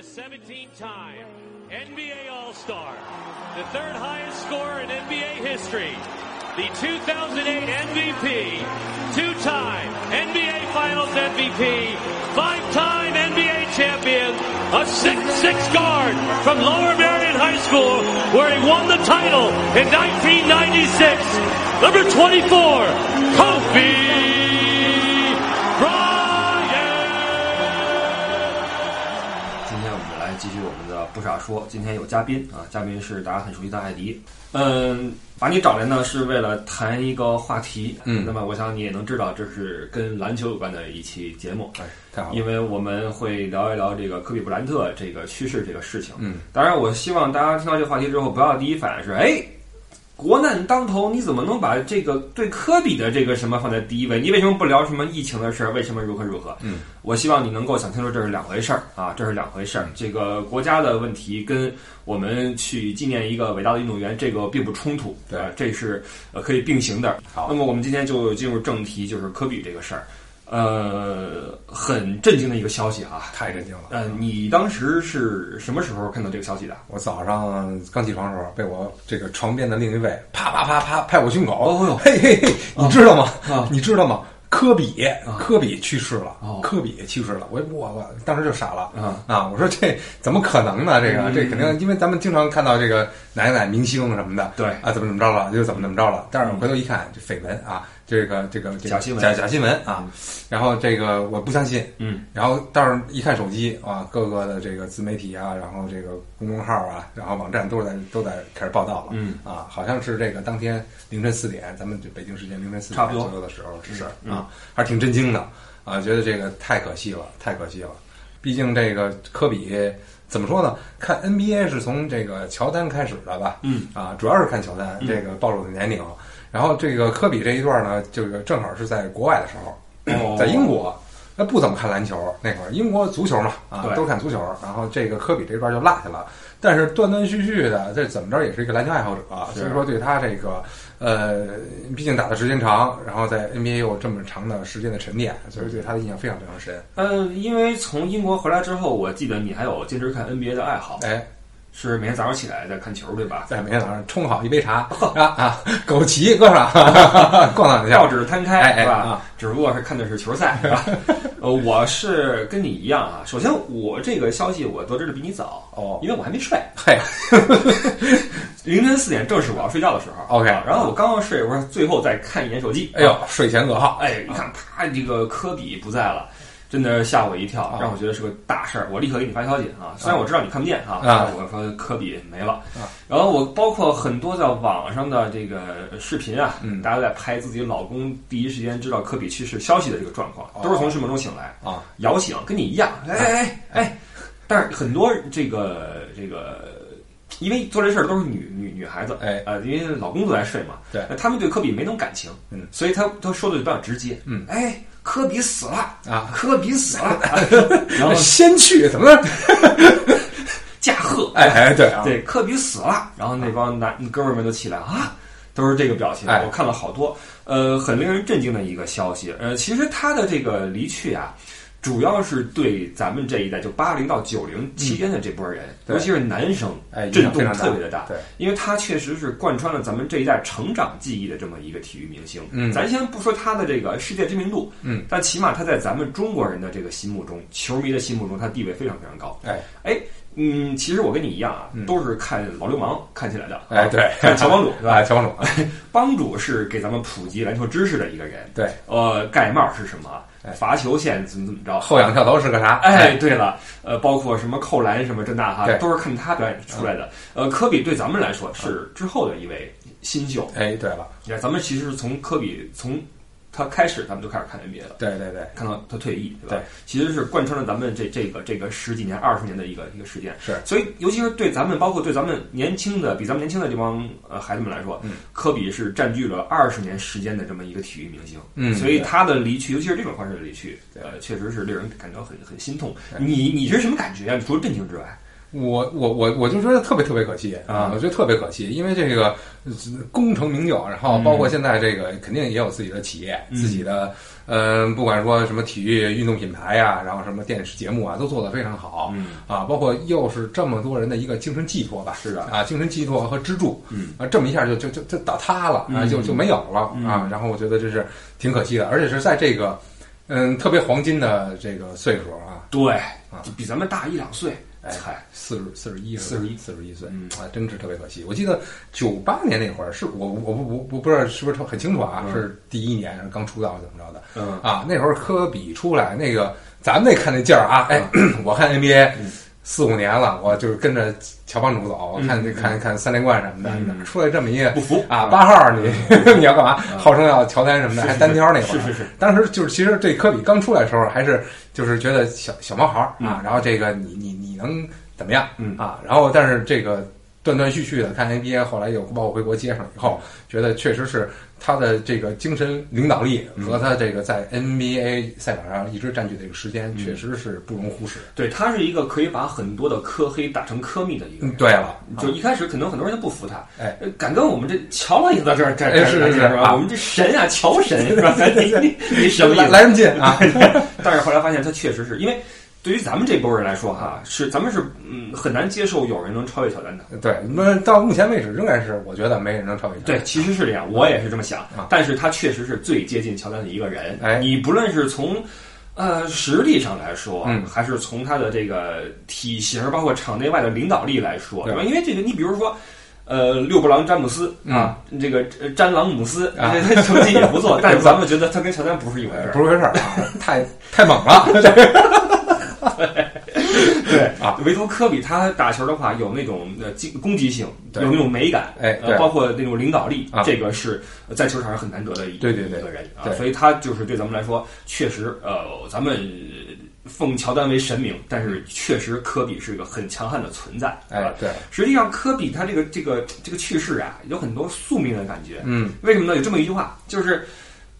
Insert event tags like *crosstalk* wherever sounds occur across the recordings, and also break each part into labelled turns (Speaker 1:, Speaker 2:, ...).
Speaker 1: 17-time NBA All-Star, the third highest scorer in NBA history, the 2008 MVP, two-time NBA Finals MVP, five-time NBA champion, a 6'6 guard from Lower Merion High School, where he won the title in 1996. Number 24, Kofi Bryant.
Speaker 2: 今天我们来继续我们的不傻说，今天有嘉宾啊，嘉宾是大家很熟悉的艾迪。嗯，把你找来呢是为了谈一个话题，
Speaker 3: 嗯
Speaker 2: 那么我想你也能知道，这是跟篮球有关的一期节目，
Speaker 3: 哎，太好了
Speaker 2: 因，为我们会聊一聊这个科比布兰特这个去世这个事情。
Speaker 3: 嗯，
Speaker 2: 当然，我希望大家听到这个话题之后，不要第一反应是哎。国难当头，你怎么能把这个对科比的这个什么放在第一位？你为什么不聊什么疫情的事儿？为什么如何如何？
Speaker 3: 嗯，
Speaker 2: 我希望你能够想清楚，这是两回事儿啊，这是两回事儿。这个国家的问题跟我们去纪念一个伟大的运动员，这个并不冲突，
Speaker 3: 对
Speaker 2: 啊这是呃可以并行的。
Speaker 3: 好
Speaker 2: 那么我们今天就进入正题，就是科比这个事儿。呃，很震惊的一个消息啊！
Speaker 3: 太震惊了。
Speaker 2: 呃，你当时是什么时候看到这个消息的？
Speaker 3: 我早上刚起床的时候，被我这个床边的另一位啪啪啪啪拍我胸口。
Speaker 2: 哦呦
Speaker 3: 嘿嘿嘿，你知道吗？
Speaker 2: 啊
Speaker 3: 你知道吗？科比，科比去世了
Speaker 2: 哦，
Speaker 3: 科比去世了。我我我当时就傻了
Speaker 2: 啊
Speaker 3: 啊！我说这怎么可能呢？这个
Speaker 2: 嗯
Speaker 3: 这肯定，因为咱们经常看到这个哪哪明星什么的，
Speaker 2: 对
Speaker 3: 啊，怎么怎么着了，就怎么怎么着了。但是
Speaker 2: 嗯
Speaker 3: 我回头一看，这绯闻啊，这个这个这个
Speaker 2: 假新闻
Speaker 3: 假假新闻啊，然后这个我不相信，
Speaker 2: 嗯，
Speaker 3: 然后到时候一看手机啊，各个的这个自媒体啊，然后这个公众号啊，然后网站都在都在开始报道了。
Speaker 2: 嗯
Speaker 3: 啊，好像是这个当天凌晨四点，咱们就北京时间凌晨四
Speaker 2: 差
Speaker 3: 点
Speaker 2: 不多
Speaker 3: 左右的时候的事儿
Speaker 2: 嗯
Speaker 3: 啊，还是挺震惊的啊，觉得这个太可惜了，太可惜了。毕竟这个科比怎么说呢？看 NBA 是从这个乔丹开始的吧？
Speaker 2: 嗯
Speaker 3: 啊，主要是看乔丹
Speaker 2: 嗯
Speaker 3: 这个暴露的年龄。然后这个科比这一段呢，这个正好是在国外的时候，
Speaker 2: 哦
Speaker 3: 在英国，那不怎么看篮球，那会儿英国足球嘛，啊
Speaker 2: 对，
Speaker 3: 都看足球。然后这个科比这边就落下了，但是断断续续的，这怎么着也是一个篮球爱好者啊，
Speaker 2: 是
Speaker 3: 所以说对他这个呃，毕竟打的时间长，然后在 NBA 有这么长的时间的沉淀，所以对他的印象非常非常深。
Speaker 2: 呃，因为从英国回来之后，我记得你还有坚持看 NBA 的爱好，
Speaker 3: 哎，
Speaker 2: 是每天早上起来在看球，对吧？
Speaker 3: 在每天早上冲好一
Speaker 2: *laughs*
Speaker 3: 杯茶啊啊，枸杞搁上， *laughs* 逛荡一
Speaker 2: 报
Speaker 3: 下。
Speaker 2: 纸摊开，
Speaker 3: 哎哎
Speaker 2: 是吧？
Speaker 3: 啊
Speaker 2: 只不过是看的是球赛，是
Speaker 3: *laughs*
Speaker 2: 吧？呃，我是跟你一样啊。首先，我这个消息我得知的比你早，
Speaker 3: 哦
Speaker 2: 因为我还没睡，
Speaker 3: 嘿，
Speaker 2: 凌晨四点正是我要睡觉的时候。
Speaker 3: OK
Speaker 2: 啊然后我刚刚睡一会儿，最后再看一眼手机，
Speaker 3: 哎呦，睡前噩耗，
Speaker 2: 哎，一看啪，这个科比不在了，真的吓我一跳
Speaker 3: 啊，
Speaker 2: 让我觉得是个大事儿。我立刻给你发消息啊，虽然我知道你看不见啊，
Speaker 3: 哦啊
Speaker 2: 我说科比没了
Speaker 3: 啊。
Speaker 2: 然后我包括很多在网上的这个视频啊，
Speaker 3: 嗯
Speaker 2: 大家在拍自己老公第一时间知道科比去世消息的这个状况，
Speaker 3: 哦
Speaker 2: 都是从睡梦中醒来
Speaker 3: 啊，
Speaker 2: 摇醒，跟你一样，哎哎哎哎。但是很多这个这个。因为做这事儿都是女女女孩子，
Speaker 3: 哎
Speaker 2: 呃，因为老公都在睡嘛，
Speaker 3: 对
Speaker 2: 他们对科比没那种感情，
Speaker 3: 嗯
Speaker 2: 所以他他说的就比较直接，
Speaker 3: 嗯
Speaker 2: 哎，科比死了
Speaker 3: 啊，
Speaker 2: 科比死了，
Speaker 3: *laughs*
Speaker 2: 然后
Speaker 3: 先去怎么
Speaker 2: *laughs*
Speaker 3: 着？
Speaker 2: 驾鹤，
Speaker 3: *laughs* 哎哎，对啊，
Speaker 2: 对，科比死了，然后那帮男哥们儿们都起来啊，都是这个表情，
Speaker 3: 哎
Speaker 2: 我看了好多，呃，很令人震惊的一个消息，呃，其实他的这个离去啊。主要是对咱们这一代，就八零到九零期间的这波人，
Speaker 3: 嗯对
Speaker 2: 尤其是男生，
Speaker 3: 哎，影
Speaker 2: 震
Speaker 3: 响
Speaker 2: 动
Speaker 3: 非常
Speaker 2: 特别的大，
Speaker 3: 对，
Speaker 2: 因为他确实是贯穿了咱们这一代成长记忆的这么一个体育明星。
Speaker 3: 嗯
Speaker 2: 咱先不说他的这个世界知名度，
Speaker 3: 嗯，
Speaker 2: 但起码他在咱们中国人的这个心目中，球迷的心目中，他地位非常非常高。
Speaker 3: 哎
Speaker 2: 嗯，其实我跟你一样啊，
Speaker 3: 嗯
Speaker 2: 都是看老流氓看起来的，啊
Speaker 3: 哎，对， *laughs*
Speaker 2: 看乔帮主是
Speaker 3: 啊，
Speaker 2: 吧？
Speaker 3: 乔帮主，
Speaker 2: 帮主是给咱们普及篮球知识的一个人。
Speaker 3: 对，
Speaker 2: 呃，盖帽是什么
Speaker 3: 哎？
Speaker 2: 罚球线怎么怎么着？
Speaker 3: 后仰跳投是个啥？
Speaker 2: 哎，，对了，呃，包括什么扣篮什么这那哈
Speaker 3: 对，嗯
Speaker 2: 都是看他表演出来的。呃，科比对咱们来说是之后的一位新秀，
Speaker 3: 哎，嗯对了，
Speaker 2: 你看咱们其实是从科比从他开始，咱们就开始看 NBA 了。
Speaker 3: 对对对，
Speaker 2: 看到他退役，对吧？
Speaker 3: 对
Speaker 2: 其实是贯穿了咱们这这个这个十几年、二十年的一个一个时间。
Speaker 3: 是
Speaker 2: 所以尤其是对咱们，包括对咱们年轻的、比咱们年轻的这帮呃孩子们来说，
Speaker 3: 嗯
Speaker 2: 科比是占据了二十年时间的这么一个体育明星。
Speaker 3: 嗯
Speaker 2: 所以他的离去，尤其是这种方式的离去，
Speaker 3: 对
Speaker 2: 呃，确实是令人感到很很心痛。
Speaker 3: 对
Speaker 2: 你你是什么感觉啊？除了震惊之外，
Speaker 3: 我我我我就觉得特别特别可惜
Speaker 2: 啊
Speaker 3: 我觉得特别可惜，因为这个呃功成名就，然后
Speaker 2: 嗯
Speaker 3: 包括现在这个肯定也有自己的企业，自己的嗯、呃不管说什么体育运动品牌呀、然后什么电视节目啊，都做得非常好，
Speaker 2: 嗯
Speaker 3: 啊，包括又是这么多人的一个精神寄托吧，
Speaker 2: 是的
Speaker 3: 啊，精神寄托和支柱，
Speaker 2: 嗯
Speaker 3: 啊，这么一下就就就就打塌了啊，
Speaker 2: 嗯
Speaker 3: 就就没有了、
Speaker 2: 嗯
Speaker 3: 啊，然后我觉得这是挺可惜的，而且是在这个嗯特别黄金的这个岁数啊，
Speaker 2: 对，就比咱们大一两岁，哎，
Speaker 3: 四十四十一，
Speaker 2: 41
Speaker 3: 四十一岁
Speaker 2: 嗯，
Speaker 3: 啊，真是特别可惜。我记得九八年那会儿，是我我不我我不知道是不是很清楚啊，
Speaker 2: 嗯
Speaker 3: 是第一年还是刚出道怎么着的
Speaker 2: 嗯，
Speaker 3: 啊？那会儿科比出来，那个咱们那看那劲儿啊，哎， *clears throat* 我看 NBA 四五年了，我就是跟着乔帮主走，我看
Speaker 2: 嗯
Speaker 3: 看看三连冠什么
Speaker 2: 嗯
Speaker 3: 的，出来这么一个
Speaker 2: 不服
Speaker 3: 啊，八号你 *laughs* 你要干嘛？号称要乔丹什么的，还单挑那会儿，
Speaker 2: 啊是是是
Speaker 3: 当时就是其实对科比刚出来的时候，还是就是觉得小小毛孩儿啊
Speaker 2: 嗯，
Speaker 3: 然后这个你你你能怎么样？
Speaker 2: 嗯
Speaker 3: 啊，然后但是这个断断续续的看 NBA，后来又包括回国接上以后，觉得确实是他的这个精神领导力和他这个在 NBA 赛场上一直占据的这个时
Speaker 2: 嗯
Speaker 3: 间，确实是不容忽视。
Speaker 2: 对他是一个可以把很多的科黑打成科密的一个
Speaker 3: 嗯
Speaker 2: 人，，
Speaker 3: 对了，
Speaker 2: 就一开始可能很多人就不服他，
Speaker 3: 哎
Speaker 2: 呃，敢跟我们这乔老爷子这儿干
Speaker 3: 哎是是是
Speaker 2: 是吧？
Speaker 3: 啊
Speaker 2: 我们这神啊，乔
Speaker 3: *laughs*
Speaker 2: 神是吧？你你你什么意
Speaker 3: 来
Speaker 2: 思？
Speaker 3: 来这么近啊，
Speaker 2: 嗯但是后来发现他确实是因为对于咱们这波人来说哈，是咱们是嗯很难接受有人能超越乔丹的。
Speaker 3: 对，那到目前为止仍然是我觉得没人能超越他。
Speaker 2: 对，其实是这样，我也是这么想
Speaker 3: 啊。
Speaker 2: 但是他确实是最接近乔丹的一个人。
Speaker 3: 哎
Speaker 2: 你不论是从呃实力上来说，啊
Speaker 3: 嗯
Speaker 2: 还是从他的这个体型，包括场内外的领导力来说，
Speaker 3: 对嗯
Speaker 2: 吧？因为这个，你比如说。呃，六布朗詹姆斯啊，这个呃詹朗姆斯，
Speaker 3: 啊
Speaker 2: 这他成绩也不
Speaker 3: *laughs*
Speaker 2: 错，但是咱们觉得他跟乔丹不是一回事儿。
Speaker 3: 不是回事儿啊，
Speaker 2: *laughs*
Speaker 3: 太 *laughs* 太猛了。 *laughs*
Speaker 2: 对
Speaker 3: 啊，
Speaker 2: 唯独科比他打球的话，有那种呃进攻击性，
Speaker 3: 对
Speaker 2: 有那种美感，
Speaker 3: 哎
Speaker 2: 呃
Speaker 3: 对
Speaker 2: 包括那种领导力，
Speaker 3: 啊
Speaker 2: 这个是呃在球场上很难得的一
Speaker 3: 对对对
Speaker 2: 一个人啊，
Speaker 3: 对
Speaker 2: 所以他就是对咱们来说，确实呃，咱们呃奉乔丹为神明，但是确实科比是一个很强悍的存在，
Speaker 3: 哎
Speaker 2: 啊，
Speaker 3: 对，
Speaker 2: 实际上科比他这个这个这个去世啊，有很多宿命的感觉，
Speaker 3: 嗯，
Speaker 2: 为什么呢？有这么一句话，就是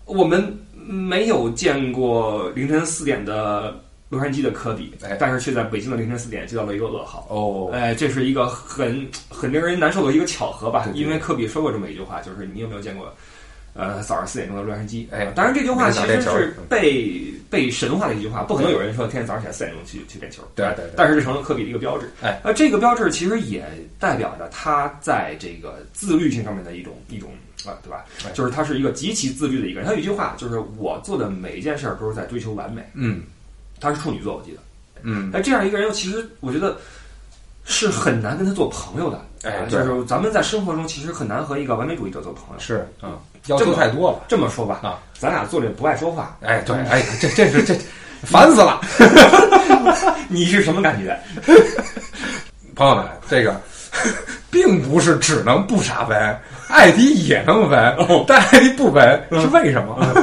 Speaker 2: 我们没有见过凌晨四点的洛杉矶的科比
Speaker 3: 哎，
Speaker 2: 但是却在北京的凌晨四点接到了一个噩耗。
Speaker 3: 哦，
Speaker 2: 哎，这是一个很很令人难受的一个巧合吧
Speaker 3: 对？对
Speaker 2: 因为科比说过这么一句话，就是你有没有见过，呃，早上四点钟的洛杉矶？
Speaker 3: 哎
Speaker 2: 当然这句话
Speaker 3: 没
Speaker 2: 其
Speaker 3: 打
Speaker 2: 实
Speaker 3: 练球嗯
Speaker 2: 是被被神话的一句话，不可能有人说天天早上起来四点钟去去练球。
Speaker 3: 对啊对对
Speaker 2: 但是这成了科比的一个标志。
Speaker 3: 哎，
Speaker 2: 呃，这个标志其实也代表着他在这个自律性上面的一种一种啊，对吧
Speaker 3: 哎？
Speaker 2: 就是他是一个极其自律的一个人。他有一句话就是我做的每一件事儿都是在追求完美。
Speaker 3: 嗯
Speaker 2: 他是处女座，我记得。
Speaker 3: 嗯，
Speaker 2: 那这样一个人，其实我觉得是很难跟他做朋友的。啊
Speaker 3: 哎
Speaker 2: 就
Speaker 3: 对
Speaker 2: 是咱们在生活中其实很难和一个完美主义者做朋友。
Speaker 3: 是啊，要求太多了。
Speaker 2: 嗯这么说吧，
Speaker 3: 啊，
Speaker 2: 咱俩坐着也不爱说话，
Speaker 3: 哎，对，哎，这这是这烦死了，
Speaker 2: 你是什么感觉？
Speaker 3: 朋友们，这个并不是只能不傻文，爱迪也能文，
Speaker 2: 哦
Speaker 3: 但爱迪不文是为什么？ *laughs*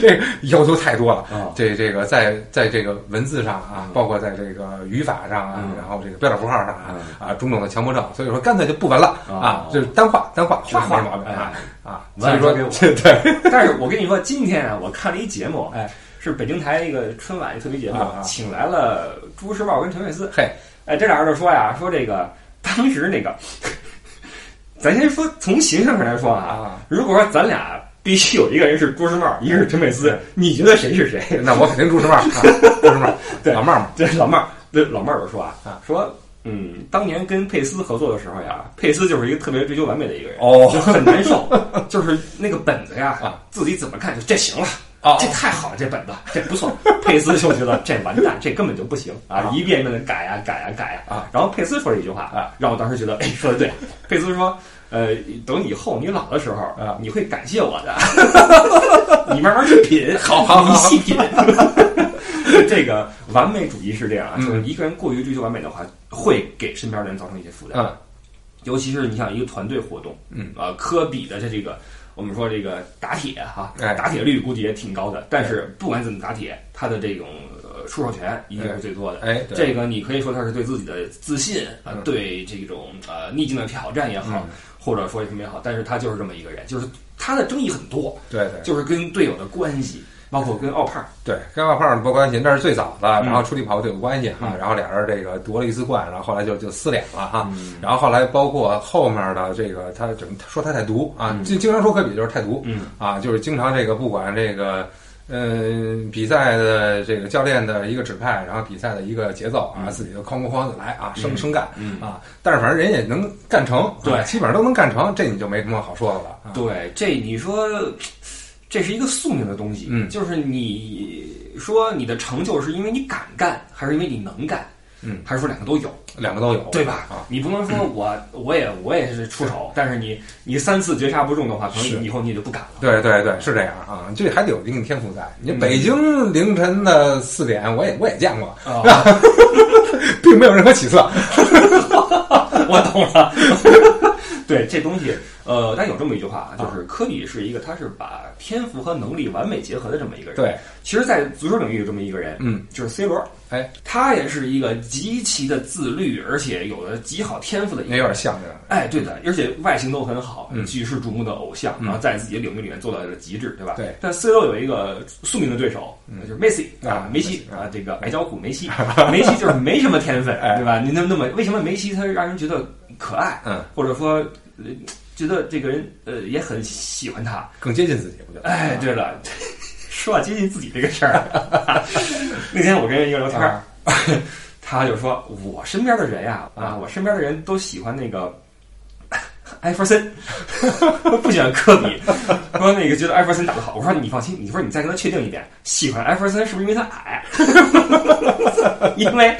Speaker 3: 这个要求太多
Speaker 2: 嗯
Speaker 3: 了，这这个在在这个文字上啊
Speaker 2: 嗯，
Speaker 3: 包括在这个语法上啊
Speaker 2: 嗯，
Speaker 3: 然后这个标点符号上啊，啊种种的强迫症，所以说干脆就不文了
Speaker 2: 哦
Speaker 3: 啊，就是单画单画，
Speaker 2: 画
Speaker 3: 没
Speaker 2: 画
Speaker 3: 毛病啊啊，
Speaker 2: 哎文
Speaker 3: 所
Speaker 2: 案
Speaker 3: 以
Speaker 2: 交给
Speaker 3: 说
Speaker 2: 我
Speaker 3: 对。
Speaker 2: *laughs* 但是我跟你说，今天啊，我看了一节目，
Speaker 3: 哎，
Speaker 2: 是北京台一个春晚一特别节目，
Speaker 3: 啊啊
Speaker 2: 请来了朱时茂跟陈佩斯。
Speaker 3: 嘿，
Speaker 2: 哎，这俩人就说呀，说这个当时那个，咱先说从形象上来说啊，
Speaker 3: 啊
Speaker 2: 如果说咱俩必须有一个人是朱时茂，一个是陈佩斯
Speaker 3: 对，
Speaker 2: 你觉得谁是谁？
Speaker 3: 那我肯定朱时茂，啊朱时茂，
Speaker 2: *laughs* 对
Speaker 3: 老帽嘛，
Speaker 2: 这老妹儿，这老妹儿就说啊
Speaker 3: 啊，
Speaker 2: 说嗯，当年跟佩斯合作的时候呀，佩斯就是一个特别追求完美的一个人，
Speaker 3: 哦
Speaker 2: 就很难
Speaker 3: *laughs*
Speaker 2: 受，就是那个本子呀，
Speaker 3: 啊
Speaker 2: 自己怎么看就这行了。
Speaker 3: 哦
Speaker 2: 这太好了，这本子这不错。佩斯就觉得这完蛋，这根本就不行啊！
Speaker 3: 啊
Speaker 2: 一遍一遍的改呀、改呀、改呀、
Speaker 3: 啊
Speaker 2: 然后佩斯说了一句话
Speaker 3: 啊，
Speaker 2: 让我当时觉得，哎，说
Speaker 3: *laughs*
Speaker 2: 的对。佩斯说，呃，等以后你老的时候
Speaker 3: 啊
Speaker 2: 你会感谢我的。
Speaker 3: *laughs*
Speaker 2: 你慢慢去品，
Speaker 3: 好好好
Speaker 2: 你细
Speaker 3: *laughs*
Speaker 2: 品。这个完美主义是这样啊，
Speaker 3: 嗯
Speaker 2: 就是一个人过于追求完美的话，会给身边的人造成一些负担。
Speaker 3: 嗯
Speaker 2: 尤其是你想一个团队活动，
Speaker 3: 嗯，
Speaker 2: 啊，科比的这这个，我们说这个打铁哈、
Speaker 3: 哎
Speaker 2: 打铁率估计也挺高的，但是不管怎么打铁，他的这种呃出手权一定是最多的。
Speaker 3: 哎，对
Speaker 2: 这个你可以说他是对自己的自信啊，
Speaker 3: 嗯
Speaker 2: 对这种呃逆境的挑战也好，
Speaker 3: 嗯
Speaker 2: 或者说什么也好，但是他就是这么一个人，就是他的争议很多，
Speaker 3: 对对，
Speaker 2: 就是跟队友的关系。包括跟奥帕尔，
Speaker 3: 对，跟奥帕尔没关系，那是最早的，
Speaker 2: 嗯
Speaker 3: 然后处理跑队有关系啊，
Speaker 2: 嗯
Speaker 3: 然后俩人这个夺了一次冠，然后后来就就撕脸了啊，
Speaker 2: 嗯
Speaker 3: 然后后来包括后面的这个他整说他太毒啊，经、经常说科比就是太毒，
Speaker 2: 嗯
Speaker 3: 啊，就是经常这个不管这个。嗯，比赛的这个教练的一个指派，然后比赛的一个节奏啊，自己就哐哐哐地来啊，生生干
Speaker 2: 嗯
Speaker 3: 啊，但是反正人也能干成，啊
Speaker 2: 对
Speaker 3: 基本上都能干成，这你就没什么好说的了。啊
Speaker 2: 对，这你说这是一个宿命的东西，
Speaker 3: 嗯
Speaker 2: 就是你说你的成就是因为你敢干，还是因为你能干，
Speaker 3: 嗯，
Speaker 2: 还是说两个都有，
Speaker 3: 两个都有，
Speaker 2: 对吧？
Speaker 3: 啊，
Speaker 2: 你不能说我我也我也是出手，但是你你三次绝杀不中的话，可
Speaker 3: 是
Speaker 2: 能以后你就不敢了。
Speaker 3: 对对对，是这样啊，这还得有一定天赋在。你
Speaker 2: 嗯
Speaker 3: 北京凌晨的四点，我也我也见过， *laughs*
Speaker 2: 啊、
Speaker 3: 并没有任何起色。
Speaker 2: *laughs*
Speaker 3: *laughs*
Speaker 2: 我懂了。 *laughs* 对这东西，呃，但有这么一句话，啊，就是科比是一个，他是把天赋和能力完美结合的这么一个人。，
Speaker 3: 对，
Speaker 2: 其实，在足球领域有这么一个人，
Speaker 3: 嗯，
Speaker 2: 就是 C 罗，
Speaker 3: 哎，
Speaker 2: 他也是一个极其的自律，而且有着极好天赋的一
Speaker 3: 也
Speaker 2: 个。
Speaker 3: 有点像这样。
Speaker 2: 哎，对的，而且外形都很好
Speaker 3: 嗯，
Speaker 2: 举世瞩目的偶像，
Speaker 3: 嗯
Speaker 2: 然后在自己的领域里面做到了极致，对吧？
Speaker 3: 对
Speaker 2: 但 C 罗有一个宿命的对手，那就是梅西
Speaker 3: 啊
Speaker 2: 啊，梅西
Speaker 3: 梅西啊
Speaker 2: 啊，这个矮脚虎梅
Speaker 3: *laughs*
Speaker 2: 西，梅西就是没什么天分
Speaker 3: 哎，
Speaker 2: 对吧？你那么那么，为什么梅西他让人觉得可爱，
Speaker 3: 嗯，
Speaker 2: 或者说呃觉得这个人呃也很喜欢他？
Speaker 3: 更接近自己，我觉得。啊
Speaker 2: 哎，对了， *laughs* 说到接近自己这个事儿， *laughs* 那天我跟一个聊天儿，
Speaker 3: 啊，
Speaker 2: 他就说我身边的人呀，啊，我身边的人都喜欢那个 *laughs* 艾弗森， *laughs* 不喜欢科比。说那个觉得艾弗森打得好，我说你放心，你说你再跟他确定一点，喜欢艾弗森是不是因为他矮？ *laughs* 因为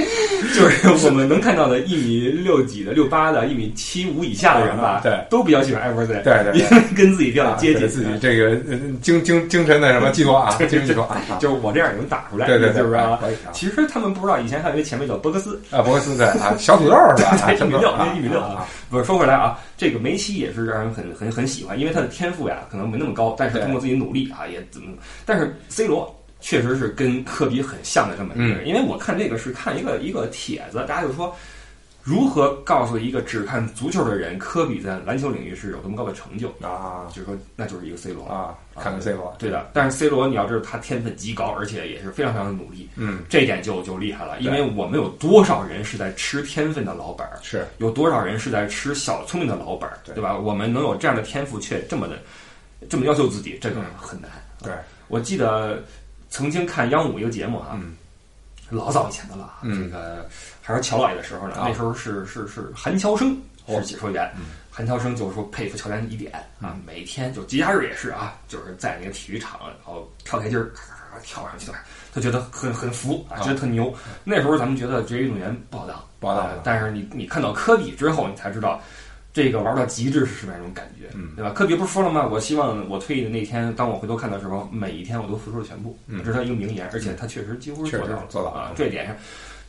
Speaker 2: 就是我们能看到的一米六几的、六八的、一米七五以下的人吧，
Speaker 3: 啊对
Speaker 2: 都比较喜欢艾弗森，
Speaker 3: 对对对
Speaker 2: 因为跟自己比较
Speaker 3: 啊
Speaker 2: 接近，
Speaker 3: 对自己这个呃精精精神的什么寄
Speaker 2: *laughs*
Speaker 3: 托啊，精神寄托啊，啊
Speaker 2: 就是我这样也能打出来，
Speaker 3: 对对对，
Speaker 2: 是不是
Speaker 3: 啊
Speaker 2: 啊？
Speaker 3: 可以啊。
Speaker 2: 其实他们不知道，以前还有一个前辈叫伯克斯，
Speaker 3: 啊，伯克斯对啊，小土豆
Speaker 2: *laughs*
Speaker 3: 是吧？啊
Speaker 2: 对
Speaker 3: 小
Speaker 2: 一
Speaker 3: 土
Speaker 2: 米
Speaker 3: 豆
Speaker 2: 六
Speaker 3: 啊，
Speaker 2: 一米六
Speaker 3: 啊，
Speaker 2: *laughs* 不是说回来啊，这个梅西也是让人很很很喜欢，因为他的天赋呀可能没那么高，但是
Speaker 3: 对
Speaker 2: 通过自己努力啊也怎么，但是 C 罗。确实是跟科比很像的这么一个
Speaker 3: 嗯
Speaker 2: 人，因为我看这个是看一个一个帖子，大家就说如何告诉一个只看足球的人，科比在篮球领域是有多么高的成就，
Speaker 3: 啊
Speaker 2: 就是说那就是一个 C 罗了。
Speaker 3: 啊，看看 C 罗，
Speaker 2: 对的，但是 C 罗你要知道他天分极高，而且也是非常非常的努力，
Speaker 3: 嗯，
Speaker 2: 这一点就就厉害了，因
Speaker 3: 对
Speaker 2: 为我们有多少人是在吃天分的老本儿，
Speaker 3: 是
Speaker 2: 有多少人是在吃小聪明的老本儿，
Speaker 3: 对
Speaker 2: 对吧？我们能有这样的天赋，却这么的这么要求自己，这个很难。
Speaker 3: 对，
Speaker 2: 我记得曾经看央五一个节目哈、啊
Speaker 3: 嗯
Speaker 2: 老早以前的了啊，
Speaker 3: 嗯
Speaker 2: 这个还是乔老爷的时候呢，
Speaker 3: 啊
Speaker 2: 那时候是是是韩乔生
Speaker 3: 哦
Speaker 2: 是解说员。韩乔生就说佩服乔丹一点
Speaker 3: 嗯
Speaker 2: 啊，每天就节假日也是啊，就是在那个体育场，然后跳台阶儿，咔咔咔跳上去，他觉得很很服啊，
Speaker 3: 啊
Speaker 2: 觉得特牛。那时候咱们觉得职业运动员不好当，
Speaker 3: 不好当
Speaker 2: 啊但是你你看到科比之后，你才知道这个玩到极致是什么样一种感觉，
Speaker 3: 嗯
Speaker 2: 对吧？科比不是说了吗？我希望我退役的那天，当我回头看的时候，每一天我都付出了全部，
Speaker 3: 嗯
Speaker 2: 这是他一个名言，而且他确实几乎是
Speaker 3: 确实
Speaker 2: 做到了
Speaker 3: 做到了
Speaker 2: 啊。这一点上，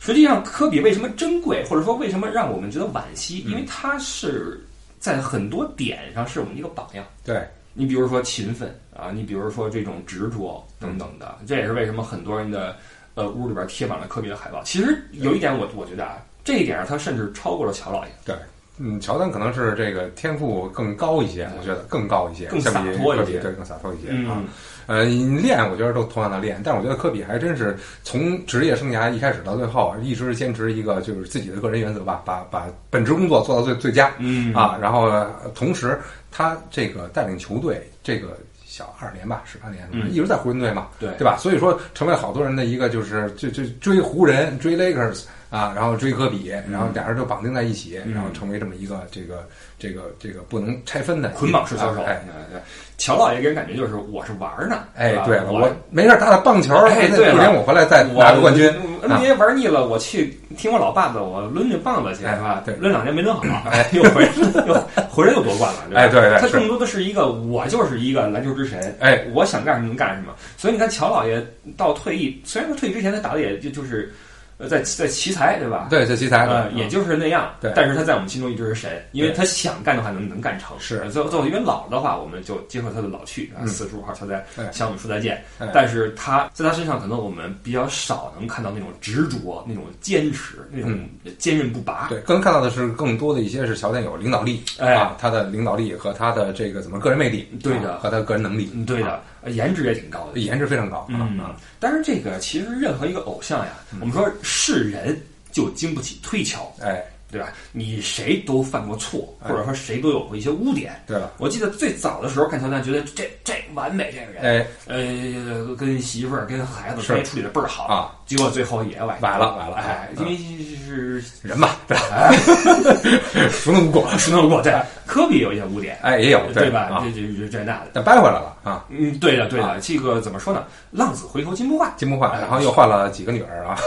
Speaker 2: 实际上科比为什么珍贵，或者说为什么让我们觉得惋惜，
Speaker 3: 嗯
Speaker 2: 因为他是在很多点上是我们一个榜样。
Speaker 3: 对，
Speaker 2: 你比如说勤奋啊，你比如说这种执着等等
Speaker 3: 嗯
Speaker 2: 的，这也是为什么很多人的呃屋里边贴满了科比的海报。其实有一点我我觉得啊，这一点上他甚至超过了乔老爷。
Speaker 3: 对，嗯，乔丹可能是这个天赋更高一些，我觉得更高一些，
Speaker 2: 更
Speaker 3: 相比
Speaker 2: 洒脱一
Speaker 3: 科比
Speaker 2: 些
Speaker 3: 对，更洒脱一些
Speaker 2: 嗯
Speaker 3: 啊。呃，你练我觉得都同样的练，但是我觉得科比还真是从职业生涯一开始到最后，一直坚持一个就是自己的个人原则吧，把把本职工作做到最最佳
Speaker 2: 嗯
Speaker 3: 啊。然后呃同时他这个带领球队这个。小二年吧，十八年，
Speaker 2: 嗯
Speaker 3: 一直在湖人队嘛，
Speaker 2: 对
Speaker 3: 对吧？所以说，成为好多人的一个就是就就追湖人、追 Lakers 啊，然后追科比，然后俩人就绑定在一起，
Speaker 2: 嗯
Speaker 3: 然后成为这么一个这个这个这个不能拆分的
Speaker 2: 捆绑式销售，
Speaker 3: 哎，
Speaker 2: 对乔老爷给人感觉就是我是玩儿呢，
Speaker 3: 哎
Speaker 2: 是吧，
Speaker 3: 对了，
Speaker 2: 啊我
Speaker 3: 我没事儿打打棒球，
Speaker 2: 哎
Speaker 3: 那
Speaker 2: 对了
Speaker 3: 过年我回来再
Speaker 2: 我
Speaker 3: 拿个冠军。啊
Speaker 2: NBA 玩腻了，我去听我老爸的，我抡着棒子去，是
Speaker 3: 哎
Speaker 2: 吧？
Speaker 3: 对哎
Speaker 2: 抡两年没
Speaker 3: *laughs*
Speaker 2: 抡好，又回又 *laughs* 回来又夺冠了，吧
Speaker 3: 哎对对
Speaker 2: 他
Speaker 3: 是
Speaker 2: 更多的是一个我就是一个篮球之神，
Speaker 3: 哎，
Speaker 2: 我想干什么能干什么。所以你看乔老爷到退役，虽然说退役之前他打的也就就是。呃，在在奇才对吧？
Speaker 3: 对，这奇才
Speaker 2: 呃，也就是那样。
Speaker 3: 嗯对
Speaker 2: 但是他在我们心中一直是神，因为
Speaker 3: 对
Speaker 2: 他想干的话能能干成。
Speaker 3: 是
Speaker 2: 呃最后最后因为老的话，我们就接受他的老去啊，
Speaker 3: 嗯
Speaker 2: 四十五号他在
Speaker 3: 对嗯
Speaker 2: 向我们说再见
Speaker 3: 对。
Speaker 2: 但是他在他身上，可能我们比较少能看到那种执着、那种坚持、那种坚韧不拔。
Speaker 3: 嗯对，更看到的是更多的一些是小点有领导力，
Speaker 2: 哎
Speaker 3: 啊，他的领导力和他的这个怎么个人魅力，
Speaker 2: 对的
Speaker 3: 啊和他的个人能力，啊
Speaker 2: 嗯，对的，呃颜值也挺高的。
Speaker 3: 颜值非常高，
Speaker 2: 嗯
Speaker 3: 啊，，嗯
Speaker 2: 但是这个其实任何一个偶像呀，我们说是人就经不起推敲，
Speaker 3: 哎，
Speaker 2: 对吧？你谁都犯过错，或者说谁都有过一些污点。
Speaker 3: 对了，
Speaker 2: 我记得最早的时候看乔丹，觉得这这完美这个人，
Speaker 3: 哎，
Speaker 2: 呃，跟媳妇儿、跟孩子
Speaker 3: 是
Speaker 2: 关系处理的倍儿好
Speaker 3: 啊，
Speaker 2: 结果最后也崴
Speaker 3: 崴了崴了
Speaker 2: 哎，因
Speaker 3: 嗯
Speaker 2: 为是
Speaker 3: 人吧，对吧？ *laughs* 孰能无过？
Speaker 2: 是那过对，科比有一些污点，
Speaker 3: 哎，也有
Speaker 2: 对吧？
Speaker 3: 啊
Speaker 2: 这，这这这那的，
Speaker 3: 但掰回来了啊，
Speaker 2: 嗯，对的对的，这个怎么说呢？浪子回头金不换，
Speaker 3: 金不换，然后又换了几个女儿啊，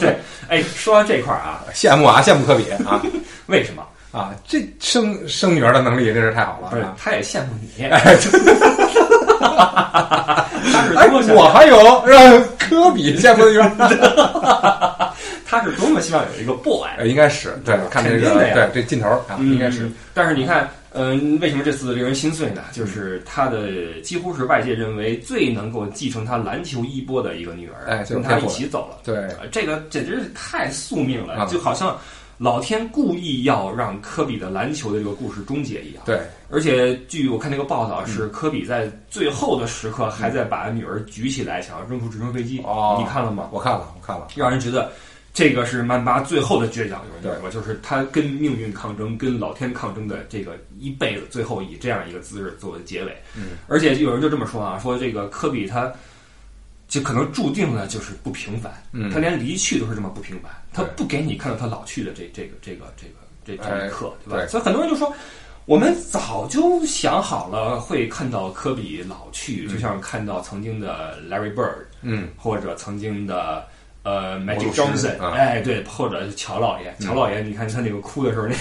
Speaker 2: 对，哎，说到这块儿啊，
Speaker 3: 羡慕啊，羡慕科比
Speaker 2: *laughs*
Speaker 3: 啊
Speaker 2: 为什么？
Speaker 3: 啊，这生生女儿的能力真是太好了
Speaker 2: 不是
Speaker 3: 啊，！
Speaker 2: 他也羡慕你，
Speaker 3: 哎，
Speaker 2: 他是
Speaker 3: 哎
Speaker 2: 多么想
Speaker 3: 我还有让科比羡慕的
Speaker 2: *laughs*
Speaker 3: 女儿。
Speaker 2: 他是多么希望有一个 boy。
Speaker 3: 呃，应该是对，看这个
Speaker 2: 啊肯定的呀
Speaker 3: 对这劲头儿啊，应该是
Speaker 2: 嗯。但是你看，嗯、为什么这次令人心碎呢？就是他的几乎是外界认为最能够继承他篮球衣钵的一个女儿，
Speaker 3: 哎就是
Speaker 2: 跟他
Speaker 3: 佩
Speaker 2: 一
Speaker 3: 服
Speaker 2: 起走了。
Speaker 3: 对
Speaker 2: 呃这个简直是太宿命了，
Speaker 3: 啊
Speaker 2: 就好像老天故意要让科比的篮球的这个故事终结一样。
Speaker 3: 对，嗯
Speaker 2: 而且据我看那个报道是，科比在最后的时刻还在把女儿举起来，想要扔出直升飞机。
Speaker 3: 哦
Speaker 2: 你看了吗？
Speaker 3: 我看了，我看了，
Speaker 2: 让人觉得这个是曼巴最后的倔强，有人
Speaker 3: 对
Speaker 2: 说过，就是他跟命运抗争、跟老天抗争的这个一辈子，最后以这样一个姿势作为结尾。
Speaker 3: 嗯，
Speaker 2: 而且有人就这么说啊，说这个科比他。就可能注定了就是不平凡，
Speaker 3: 嗯
Speaker 2: 他连离去都是这么不平凡，他
Speaker 3: 对
Speaker 2: 不给你看到他老去的这这个这个这个这这
Speaker 3: 哎
Speaker 2: 一刻，对吧？
Speaker 3: 对
Speaker 2: 所以很多人就说，我们早就想好了会看到科比老去，就像看到曾经的 Larry Bird，
Speaker 3: 嗯，
Speaker 2: 或者曾经的呃
Speaker 3: 魔
Speaker 2: Magic
Speaker 3: 术师
Speaker 2: Johnson，、
Speaker 3: 啊嗯
Speaker 2: 哎，对，或者乔老爷，乔老爷，你看他那个哭的时候，那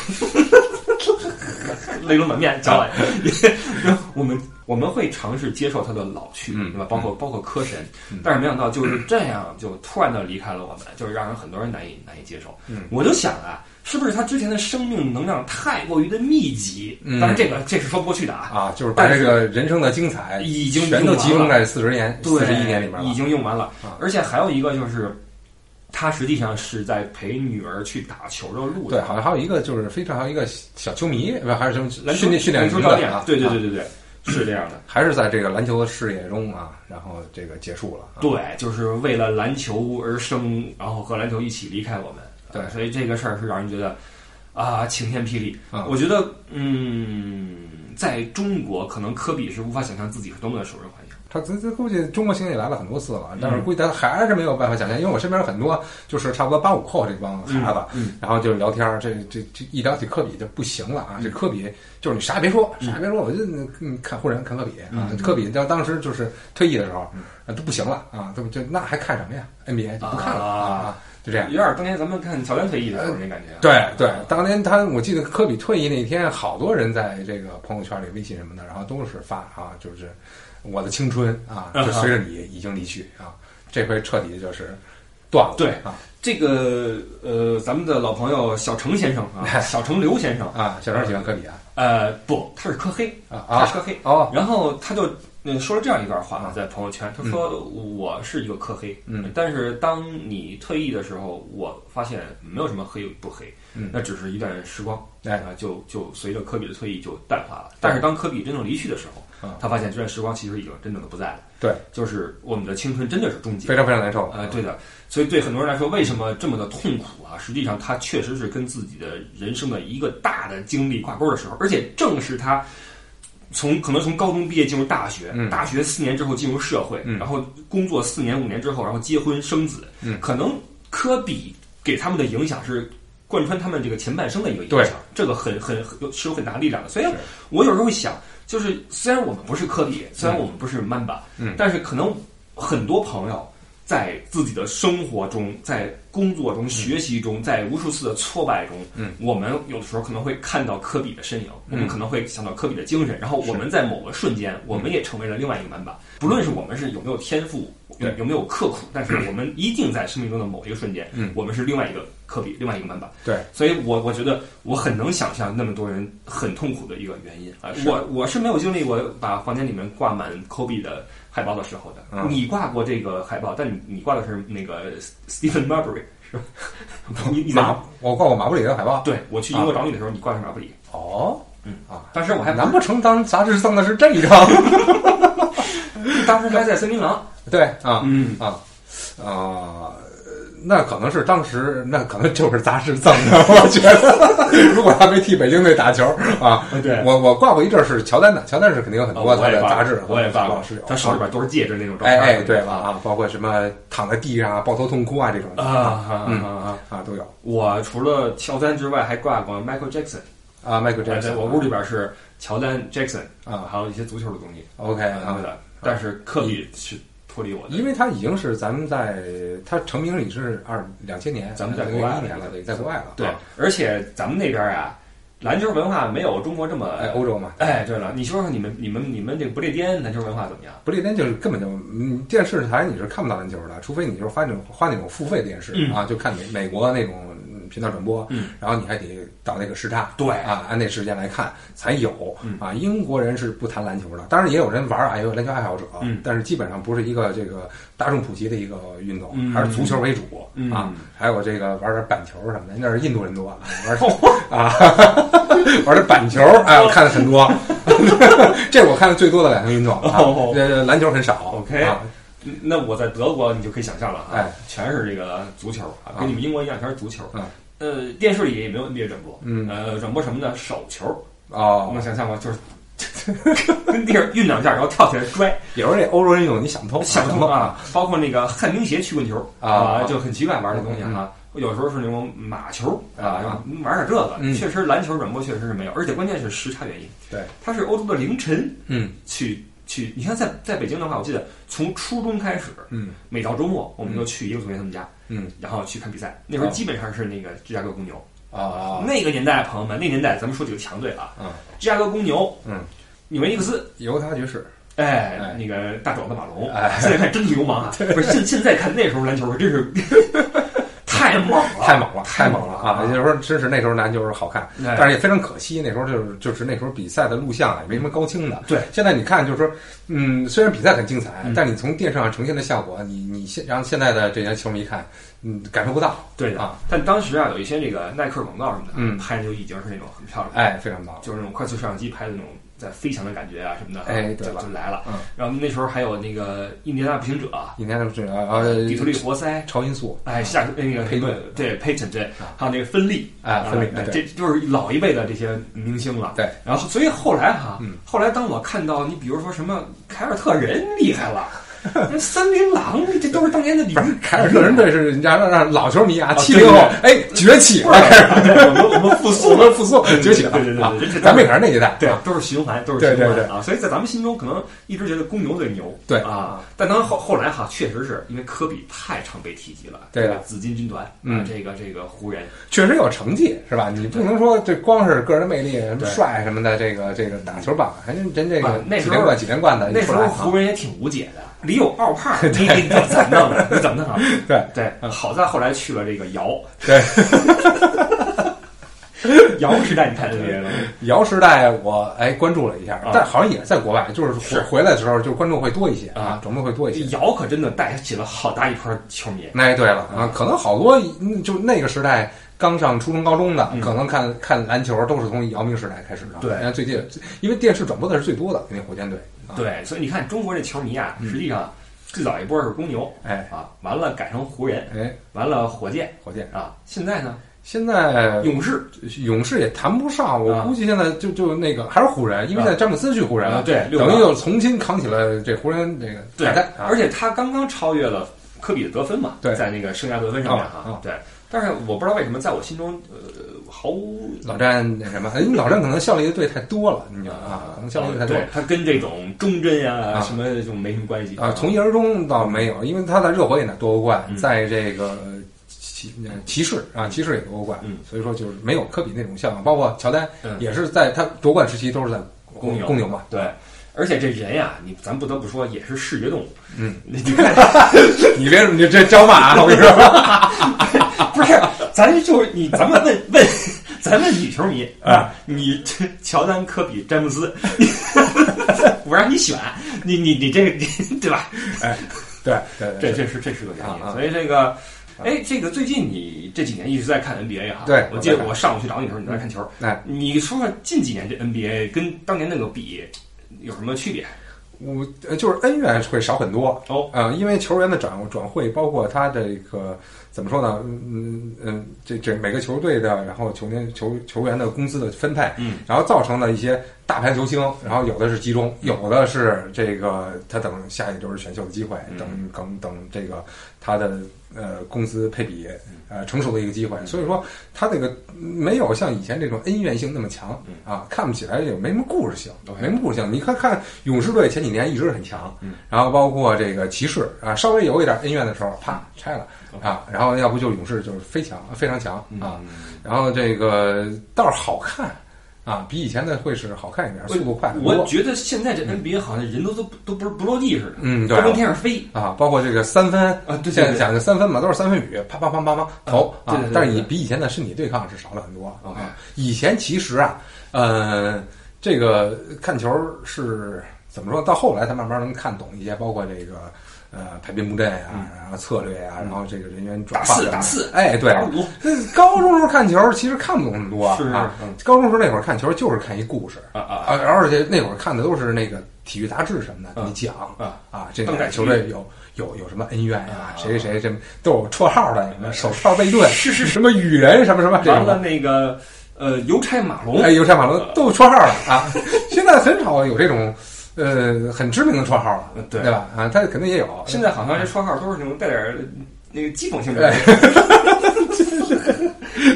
Speaker 3: *laughs*
Speaker 2: 泪流满面，乔老爷，啊我们我们会尝试接受他的老去，
Speaker 3: 嗯
Speaker 2: 对吧？包括包括科神，但是没想到就是这样，就突然的离开了我们，就是让人很多人难以难以接受。
Speaker 3: 嗯
Speaker 2: 我就想啊。是不是他之前的生命能量太过于的密集？
Speaker 3: 嗯
Speaker 2: 当然这个这是说不过去的啊。
Speaker 3: 啊，就是把
Speaker 2: 但
Speaker 3: 这
Speaker 2: 是
Speaker 3: 个人生的精彩
Speaker 2: 已经
Speaker 3: 全
Speaker 2: 用
Speaker 3: 都
Speaker 2: 完
Speaker 3: 集中
Speaker 2: 了
Speaker 3: 在四十年、
Speaker 2: 对，
Speaker 3: 四十一年里面了，
Speaker 2: 已经用完了
Speaker 3: 啊。
Speaker 2: 而且还有一个就是，他实际上是在陪女儿去打球的路
Speaker 3: 对，
Speaker 2: 上，
Speaker 3: 好像还有一个就是非常还有一个小球迷，不还是什么
Speaker 2: 篮球
Speaker 3: 训练训练
Speaker 2: 篮球
Speaker 3: 营
Speaker 2: 教
Speaker 3: 的
Speaker 2: 练
Speaker 3: 啊，，
Speaker 2: 对对
Speaker 3: 啊
Speaker 2: 对，对对，是这样的。
Speaker 3: 还是在这个篮球的事业中啊，然后这个结束了啊，
Speaker 2: 对，就是为了篮球而生，然后和篮球一起离开我们。啊
Speaker 3: 对
Speaker 2: 所以这个事儿是让人觉得啊晴天霹雳。
Speaker 3: 啊
Speaker 2: 我觉得，嗯，在中国可能科比是无法想象自己是多么的受人欢迎。
Speaker 3: 他这这估计中国青年也来了很多次了，但是估计他还是没有办法想象，因为我身边有很多就是差不多八五后这帮孩子，
Speaker 2: 嗯
Speaker 3: 然后就聊天儿，这这这一聊起科比就不行了啊！这科比
Speaker 2: 嗯
Speaker 3: 就是你啥也别说，啥也别说，我就嗯看湖人看科比
Speaker 2: 嗯
Speaker 3: 啊，科比到当时就是退役的时候啊都不行了啊，都就那还看什么呀？NBA 就不看了
Speaker 2: 啊
Speaker 3: 啊，就这样
Speaker 2: 有。点儿当年咱们看乔丹退役的时候那感觉啊。
Speaker 3: 对对，当年他我记得科比退役那天，好多人在这个朋友圈里、微信什么的，然后都是发啊，就是我的青春啊，
Speaker 2: 嗯
Speaker 3: 就随着你已经离去啊，这回彻底就是断了。
Speaker 2: 对
Speaker 3: 啊
Speaker 2: 这个呃，咱们的老朋友小程先生
Speaker 3: 哎
Speaker 2: 啊，小程刘先生，
Speaker 3: 啊，小时候喜欢科比啊
Speaker 2: 呃，不，他是科黑，
Speaker 3: 啊
Speaker 2: 他是
Speaker 3: 啊
Speaker 2: 科黑。
Speaker 3: 哦
Speaker 2: 然后他就嗯说了这样一段话啊，在朋友圈，他说我是一个科黑，
Speaker 3: 嗯，
Speaker 2: 但是当你退役的时候，我发现没有什么黑不黑，
Speaker 3: 嗯
Speaker 2: 那只是一段时光，
Speaker 3: 哎
Speaker 2: 啊，就就随着科比的退役就淡化了。但是当科比真正离去的时候
Speaker 3: 啊，
Speaker 2: 他发现这段时光其实已经真正的不在了，
Speaker 3: 对，
Speaker 2: 就是我们的青春真的是终结
Speaker 3: 非。常非常难受啊
Speaker 2: 呃，对的，所以对很多人来说，为什么这么的痛苦啊？实际上，它确实是跟自己的人生的一个大的经历挂钩的时候，而且正是他从可能从高中毕业进入大学，
Speaker 3: 嗯
Speaker 2: 大学四年之后进入社会，
Speaker 3: 嗯
Speaker 2: 然后工作四年五年之后，然后结婚生子，
Speaker 3: 嗯
Speaker 2: 可能科比给他们的影响是。贯穿他们这个前半生的一个影
Speaker 3: 对
Speaker 2: 响，这个很很很是有很大力量的。所以
Speaker 3: 是
Speaker 2: 我有时候会想，就是虽然我们不是科比，虽然我们不是曼巴，
Speaker 3: 嗯
Speaker 2: 但是可能很多朋友在自己的生活中、在工作中、学习中，在无数次的挫败中，
Speaker 3: 嗯，
Speaker 2: 我们有的时候可能会看到科比的身影，我们
Speaker 3: 嗯
Speaker 2: 可能会想到科比的精神，然后我们在某个瞬间，我们也成为了另外一个曼巴。不论是我们是有没有天赋，有
Speaker 3: 对
Speaker 2: 有没有刻苦，但是我们一定在生命中的某一个瞬间，
Speaker 3: 嗯
Speaker 2: 我们是另外一个科比，另外一个满版。
Speaker 3: 对，
Speaker 2: 所以我我觉得我很能想象那么多人很痛苦的一个原因啊。
Speaker 3: 是
Speaker 2: 我我是没有经历过把房间里面挂满科比的海报的时候的。
Speaker 3: 嗯
Speaker 2: 你挂过这个海报，但你你挂的是那个 Stephen Marbury
Speaker 3: *laughs*
Speaker 2: 是吧？你你在
Speaker 3: 马我挂过马布里的海报。
Speaker 2: 对我去英国找你的时候，你挂的是马布里。
Speaker 3: 哦，
Speaker 2: 当时我还
Speaker 3: 难不成当杂志赠的是这一张？ *laughs*
Speaker 2: 当时还在森林狼，
Speaker 3: 对啊，
Speaker 2: 嗯，
Speaker 3: 啊啊、呃那可能是当时那可能就是杂志赠的， *laughs* 我觉得。如果他没替北京队打球啊，
Speaker 2: 对啊
Speaker 3: 我我挂过一阵儿是乔丹的，乔丹是肯定有很多他
Speaker 2: 我也
Speaker 3: 的
Speaker 2: 挂
Speaker 3: 杂志，
Speaker 2: 我也挂过
Speaker 3: 挂过是有，，
Speaker 2: 他手里边都是戒指那种照
Speaker 3: 哎
Speaker 2: 片。
Speaker 3: 哎对了啊，包括什么躺在地上啊、抱头痛哭啊这种的
Speaker 2: 啊啊
Speaker 3: 嗯
Speaker 2: 啊啊！
Speaker 3: 啊都有
Speaker 2: 我除了乔丹之外，还挂过 Michael Jackson。哎
Speaker 3: 啊，Michael
Speaker 2: 对，
Speaker 3: Jackson，
Speaker 2: 我屋里边是乔丹、Jackson
Speaker 3: 啊
Speaker 2: 还有一些足球的东西。
Speaker 3: OK
Speaker 2: 对
Speaker 3: 啊，
Speaker 2: 的，但是科比是脱离我的，
Speaker 3: 因为他已经是咱们在他成名已是二两千年，
Speaker 2: 咱们在国外
Speaker 3: 2001年了，对，在国外了，
Speaker 2: 对
Speaker 3: 啊，
Speaker 2: 而且咱们那边啊，篮球文化没有中国这么
Speaker 3: 哎，欧洲嘛，
Speaker 2: 哎，对了，你说说你们你们你们这个不列颠篮球文化怎么样？
Speaker 3: 不列颠就是根本就，嗯，电视台你是看不到篮球的，除非你就是花那种花那种付费电视、
Speaker 2: 嗯
Speaker 3: 啊，就看美美国那种嗯频道转播，
Speaker 2: 嗯
Speaker 3: 然后你还得倒那个时差，
Speaker 2: 对
Speaker 3: 啊，按那时间来看才有、
Speaker 2: 嗯
Speaker 3: 啊。英国人是不谈篮球的，当然也有人玩啊，也有篮球爱好者，
Speaker 2: 嗯
Speaker 3: 但是基本上不是一个这个大众普及的一个运动，
Speaker 2: 嗯
Speaker 3: 还是足球为主、
Speaker 2: 嗯
Speaker 3: 啊，还有这个玩点板球什么的，那是印度人多啊，玩、
Speaker 2: 哦
Speaker 3: 啊， *laughs* 玩点板球，哎，我看的很多， *laughs* 这是我看的最多的两项运动啊
Speaker 2: 哦，
Speaker 3: 呃，篮球很少
Speaker 2: OK
Speaker 3: 啊
Speaker 2: 嗯那我在德国，你就可以想象了啊，
Speaker 3: 哎
Speaker 2: 全是这个足球啊，
Speaker 3: 啊
Speaker 2: 跟你们英国一样，全是足球。
Speaker 3: 嗯
Speaker 2: 呃，电视里也没有 NBA 转播，
Speaker 3: 嗯
Speaker 2: 呃，转播什么呢？手球，能
Speaker 3: 哦，
Speaker 2: 想象吗？就是 *laughs* 跟地上酝酿一下，然后跳起来摔，
Speaker 3: 有时候这欧洲人有你想不通，
Speaker 2: 想不通啊！包括那个旱冰鞋曲棍球
Speaker 3: 啊嗯
Speaker 2: 就很奇怪玩的东西啊。有时候是那种马球啊，玩点这个，
Speaker 3: 嗯
Speaker 2: 确实篮球转播确实是没有，而且关键是时差原因，
Speaker 3: 对，
Speaker 2: 它是欧洲的凌晨
Speaker 3: 嗯
Speaker 2: 去去。你看在在北京的话，我记得从初中开始，
Speaker 3: 嗯
Speaker 2: 每到周末我们就去一个同学他们家，
Speaker 3: 嗯
Speaker 2: 然后去看比赛。那时候
Speaker 3: 哦
Speaker 2: 基本上是那个芝加哥公牛，
Speaker 3: 啊
Speaker 2: 那个年代，朋友们，那年代咱们说几个强队啊，
Speaker 3: 嗯
Speaker 2: 芝加哥公牛、
Speaker 3: 嗯，
Speaker 2: 纽约尼克斯、
Speaker 3: 犹他爵士
Speaker 2: 哎
Speaker 3: 哎，
Speaker 2: 那个大壮的马龙，
Speaker 3: 哎
Speaker 2: 现在看真流氓啊！不是现现在看那时候篮球真是 *laughs* 太猛了，
Speaker 3: 太猛了，
Speaker 2: 太
Speaker 3: 太
Speaker 2: 猛
Speaker 3: 猛
Speaker 2: 了
Speaker 3: 了
Speaker 2: 啊
Speaker 3: 啊！也就是说，真是那时候篮球是好看，
Speaker 2: 哎
Speaker 3: 但是也非常可惜，那时候就是就是那时候比赛的录像啊也没什么高清的。
Speaker 2: 对
Speaker 3: 现在你看就是说，嗯，虽然比赛很精彩
Speaker 2: 嗯，
Speaker 3: 但你从电视上呈现的效果，你你现让现在的这些球迷看，嗯，感受不到，
Speaker 2: 对的
Speaker 3: 啊。
Speaker 2: 但当时啊，有一些这个耐克广告什么的，
Speaker 3: 嗯
Speaker 2: 拍的就已经是那种很漂亮，
Speaker 3: 哎，非常棒。
Speaker 2: 就是那种快速摄像机拍的那种在飞翔的感觉啊什么的，
Speaker 3: 哎
Speaker 2: 就
Speaker 3: 对了
Speaker 2: 就来了
Speaker 3: 嗯。
Speaker 2: 然后那时候还有那个印第安纳步行者，
Speaker 3: 应该就是呃，
Speaker 2: 底特律活塞。
Speaker 3: 超音速，
Speaker 2: 哎，下那个
Speaker 3: 佩顿
Speaker 2: 对佩顿对
Speaker 3: 啊，
Speaker 2: 还有那个芬利
Speaker 3: 哎芬利对
Speaker 2: 啊这就是老一辈的这些明星了。
Speaker 3: 对，
Speaker 2: 然后，所以后来哈、
Speaker 3: 嗯
Speaker 2: 后来当我看到你，比如说什么凯尔特人厉害了，那森林狼，这都是当年的女
Speaker 3: 凯尔特人队是人家让让老球迷啊，
Speaker 2: 啊
Speaker 3: 七零后哎崛起
Speaker 2: *laughs* 不
Speaker 3: 了
Speaker 2: 是，
Speaker 3: 开始
Speaker 2: 我们啊我们复
Speaker 3: *laughs* 我
Speaker 2: 苏了，
Speaker 3: 们复苏 *laughs* 崛起了
Speaker 2: 对对对
Speaker 3: 啊
Speaker 2: 对对！
Speaker 3: 咱们也是那一代，
Speaker 2: 对
Speaker 3: 啊，
Speaker 2: 都是循环，都是循环
Speaker 3: 对对对
Speaker 2: 啊。所以在咱们心中，可能一直觉得公牛最牛，
Speaker 3: 对
Speaker 2: 啊。但当后后来哈，确实是因为科比太常被提及了，
Speaker 3: 对的啊
Speaker 2: 这个紫金军团，
Speaker 3: 嗯
Speaker 2: 啊，这个这个湖人，
Speaker 3: 确实有成绩是吧？你不能说这光是个人魅力、什么
Speaker 2: 对
Speaker 3: 帅什么的，这个这个打球棒，还真真这
Speaker 2: 啊
Speaker 3: 个
Speaker 2: 那
Speaker 3: 几
Speaker 2: 时候
Speaker 3: 连冠几连冠的
Speaker 2: 那时
Speaker 3: 出来
Speaker 2: 候
Speaker 3: 啊
Speaker 2: 湖人也挺无解的，里有奥帕尔，
Speaker 3: *laughs*
Speaker 2: 你你你怎么弄啊？你怎么弄啊？
Speaker 3: 对嗯
Speaker 2: 对，好在后来去了这个
Speaker 3: *laughs*
Speaker 2: 姚，
Speaker 3: 对
Speaker 2: 姚时代，你看 NBA 了吗？
Speaker 3: 姚时代我哎关注了一下
Speaker 2: 啊，
Speaker 3: 但好像也在国外，就是
Speaker 2: 是
Speaker 3: 回回来的时候就是观众会多一些
Speaker 2: 啊
Speaker 3: 啊，转播会多一些。
Speaker 2: 姚可真的带起了好大一波球迷。
Speaker 3: 那对了啊，可能好多嗯就那个时代刚上初中、高中的
Speaker 2: 嗯，
Speaker 3: 可能看看篮球都是从姚明时代开始的。
Speaker 2: 对
Speaker 3: 人家最近因为电视转播的是最多的，肯定火箭队。啊，
Speaker 2: 对，所以你看中国这球迷啊，
Speaker 3: 嗯
Speaker 2: 实际上最早一波是公牛
Speaker 3: 哎
Speaker 2: 啊，完了改成湖人，
Speaker 3: 哎，
Speaker 2: 完了火箭
Speaker 3: 火箭
Speaker 2: 啊，现在呢
Speaker 3: 现在呃
Speaker 2: 勇士
Speaker 3: 勇士也谈不上，我
Speaker 2: 啊
Speaker 3: 估计现在就就那个还是湖人，因为
Speaker 2: 啊
Speaker 3: 现在詹姆斯去湖人
Speaker 2: 啊
Speaker 3: 了，
Speaker 2: 对六
Speaker 3: 等于
Speaker 2: 个
Speaker 3: 又重新扛起了这湖人这个
Speaker 2: 对
Speaker 3: 大战，啊
Speaker 2: 而且他刚刚超越了科比的得分嘛，
Speaker 3: 对
Speaker 2: 在那个生涯得分上面
Speaker 3: 啊
Speaker 2: 哈
Speaker 3: 啊，
Speaker 2: 对。但是我不知道为什么，在我心中，呃，毫无
Speaker 3: 老詹那什么，哎因为老詹可能效力的队太多了，你知道啊，
Speaker 2: 啊
Speaker 3: 可能效力的队太多
Speaker 2: 对，他跟这种忠贞呀、
Speaker 3: 啊
Speaker 2: 什么这种没什么关系
Speaker 3: 啊，从一而终倒没有，因为他在热火也拿夺过
Speaker 2: 嗯
Speaker 3: 冠，在这个呃骑呃骑士啊，骑士也夺过冠
Speaker 2: 嗯，
Speaker 3: 所以说就是没有科比那种效应，包括乔丹
Speaker 2: 嗯
Speaker 3: 也是在他夺冠时期都是在
Speaker 2: 公牛
Speaker 3: 公牛嘛，
Speaker 2: 对。而且这人呀、你咱不得不说也是视觉动物。
Speaker 3: 嗯，
Speaker 2: 你看，
Speaker 3: 你别你这招骂啊！我跟你
Speaker 2: *laughs*
Speaker 3: 说，
Speaker 2: 不是，咱就是你，咱们问问，咱问女球迷啊，你这乔丹、科比、詹姆斯， *laughs* 我让你选，你你你这你对吧？
Speaker 3: 哎对对
Speaker 2: *laughs* 这
Speaker 3: 对，
Speaker 2: 这是这是个原
Speaker 3: 啊啊
Speaker 2: 因，所以这个。哎，这个最近你这几年一直在看 NBA 哈、
Speaker 3: 对
Speaker 2: 我记得
Speaker 3: 我在看
Speaker 2: 我上午去找你的时候你在看球，
Speaker 3: 哎，
Speaker 2: 你说说近几年这 NBA 跟当年那个比有什么区别？
Speaker 3: 我呃就是恩怨会少很多
Speaker 2: 哦，
Speaker 3: 呃，因为球员的转转会，包括他这个怎么说呢？嗯嗯嗯，这这每个球队的，然后球员球球员的工资的分配，
Speaker 2: 嗯，
Speaker 3: 然后造成的一些大牌球星，然后有的是集中，有的是这个他等下一轮选秀的机会，等等等这个他的呃工资配比
Speaker 2: 嗯
Speaker 3: 呃成熟的一个机会，所以说他那个没有像以前这种恩怨性那么强
Speaker 2: 嗯
Speaker 3: 啊，看不起来也没什么故事性，
Speaker 2: OK
Speaker 3: 没什么故事性。你看看勇士队前几年一直很强
Speaker 2: 嗯，
Speaker 3: 然后包括这个骑士啊，稍微有一点恩怨的时候，啪
Speaker 2: 嗯
Speaker 3: 拆了
Speaker 2: OK
Speaker 3: 啊，然后要不就勇士就是非常非常强啊
Speaker 2: 嗯，
Speaker 3: 然后这个倒是好看啊，比以前的会是好看一点，速度快很
Speaker 2: 我
Speaker 3: 多
Speaker 2: 觉得现在这 NBA 好像人都都不都不是不落地似的，
Speaker 3: 嗯对
Speaker 2: 都跟天上飞。
Speaker 3: 啊，包括这个三分
Speaker 2: 啊对对对
Speaker 3: 现在讲的三分嘛，都是三分雨，啪啪啪啪啪投
Speaker 2: 啊对
Speaker 3: 啊
Speaker 2: 对对，
Speaker 3: 但是你
Speaker 2: 对
Speaker 3: 比以前的身体对抗是少了很多
Speaker 2: OK
Speaker 3: 啊。以前其实啊，呃，这个看球是怎么说？到后来才慢慢能看懂一些，包括这个。呃，排兵布阵呀、然后策略啊呀、然后这个人员转
Speaker 2: 嗯打
Speaker 3: 换
Speaker 2: 四
Speaker 3: 呀
Speaker 2: 打四
Speaker 3: 哎，对
Speaker 2: 打五，
Speaker 3: 这高中时候看球其实看不懂那么多
Speaker 2: 是是
Speaker 3: 啊
Speaker 2: 嗯。
Speaker 3: 高中时候那会儿看球就是看一故事
Speaker 2: 啊啊
Speaker 3: 啊，而且那会儿看的都是那个体育杂志什么的，
Speaker 2: 嗯
Speaker 3: 你讲
Speaker 2: 啊
Speaker 3: 啊，这
Speaker 2: 当代
Speaker 3: 个球
Speaker 2: 体育
Speaker 3: 队有有有什么恩怨呀、谁谁谁都有绰号的，什么手套背盾，
Speaker 2: 是是是
Speaker 3: 什么雨人什么什么这
Speaker 2: 完
Speaker 3: 种
Speaker 2: 了呃
Speaker 3: 的。
Speaker 2: 那个呃邮差马龙，
Speaker 3: 啊哎，邮差马龙都有绰号了啊！现在很少有这种呃很知名的绰号了
Speaker 2: 嗯，对
Speaker 3: 吧？啊，他肯定也有。
Speaker 2: 现在好像这绰号都是那种带点儿那个讥讽性质
Speaker 3: 哎
Speaker 2: 的，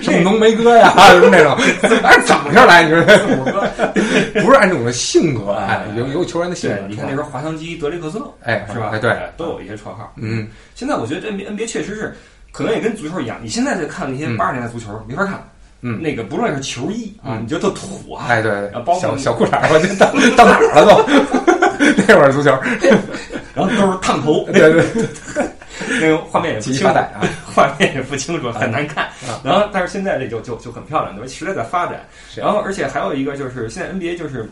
Speaker 3: 什么浓眉
Speaker 2: *laughs*
Speaker 3: 哥呀，什么那种，哎，怎么着来？你说
Speaker 2: 我说
Speaker 3: *laughs* 不是按这种性格，哎
Speaker 2: 哎，
Speaker 3: 有有球员的性格
Speaker 2: 对，，你看那时候滑翔机德雷克斯勒，
Speaker 3: 哎
Speaker 2: 是吧？
Speaker 3: 哎对
Speaker 2: 都有一些绰号。
Speaker 3: 嗯，
Speaker 2: 现在我觉得 NBA NBA 确实是，可能也跟足球一样，你现在在看那些
Speaker 3: 嗯
Speaker 2: 八十年代足球没法看，
Speaker 3: 嗯
Speaker 2: 那个不论是球衣啊，
Speaker 3: 嗯
Speaker 2: 你觉得特土啊，
Speaker 3: 哎，对对
Speaker 2: 啊包括
Speaker 3: 对，小小裤衩儿，我这到到哪儿了都？ *laughs* 那会儿足球，
Speaker 2: 然后都是烫头，
Speaker 3: 对对对，
Speaker 2: 那个画面也不
Speaker 3: 急急
Speaker 2: 清
Speaker 3: 发
Speaker 2: 楚
Speaker 3: 带，啊，
Speaker 2: *laughs* 画面也不清楚，很难看
Speaker 3: 啊。
Speaker 2: 然后，但是现在这就就就很漂亮，对吧？时代在发展。
Speaker 3: 是
Speaker 2: 然后，而且还有一个就是现在 NBA 就是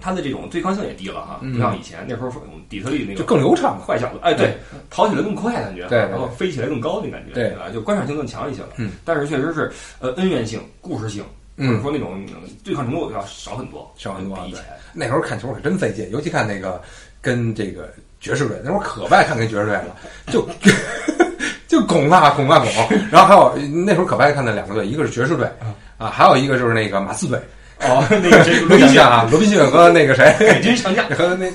Speaker 2: 它的这种对抗性也低了哈，
Speaker 3: 嗯
Speaker 2: 不像以前那时候说我们底特律那个
Speaker 3: 就更流畅了。
Speaker 2: 坏小子，哎，对，跑起来更快感觉，
Speaker 3: 对对对
Speaker 2: 然后飞起来更高那感觉，
Speaker 3: 对
Speaker 2: 吧？就观赏性更强一些了。
Speaker 3: 嗯，
Speaker 2: 但是确实是呃恩怨性、故事性，或
Speaker 3: 嗯
Speaker 2: 者说那种嗯对抗程度要少很多，
Speaker 3: 少很多啊
Speaker 2: 比以前。
Speaker 3: 那时候看球可真费劲，尤其看那个跟这个爵士队，那会儿可不爱看跟爵士队了，就 *laughs* 就拱啊拱啊拱。然后还有那时候可不爱看的两个队，一个是爵士队啊，还有一个就是那个马刺队。
Speaker 2: 哦， *laughs* 那个
Speaker 3: *laughs*
Speaker 2: 这个罗宾
Speaker 3: 罗宾逊
Speaker 2: 逊
Speaker 3: 啊，罗宾逊和那个谁，
Speaker 2: *laughs* 改军上架，
Speaker 3: 和那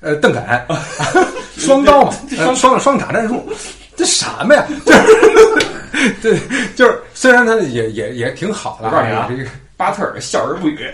Speaker 3: 呃邓肯，双刀嘛，呃双双塔战术，这什么呀？ *laughs* 就是，对，就是虽然他也也也挺好的，
Speaker 2: 我告诉你啊
Speaker 3: 也是一个
Speaker 2: 巴特尔笑而不语， *laughs*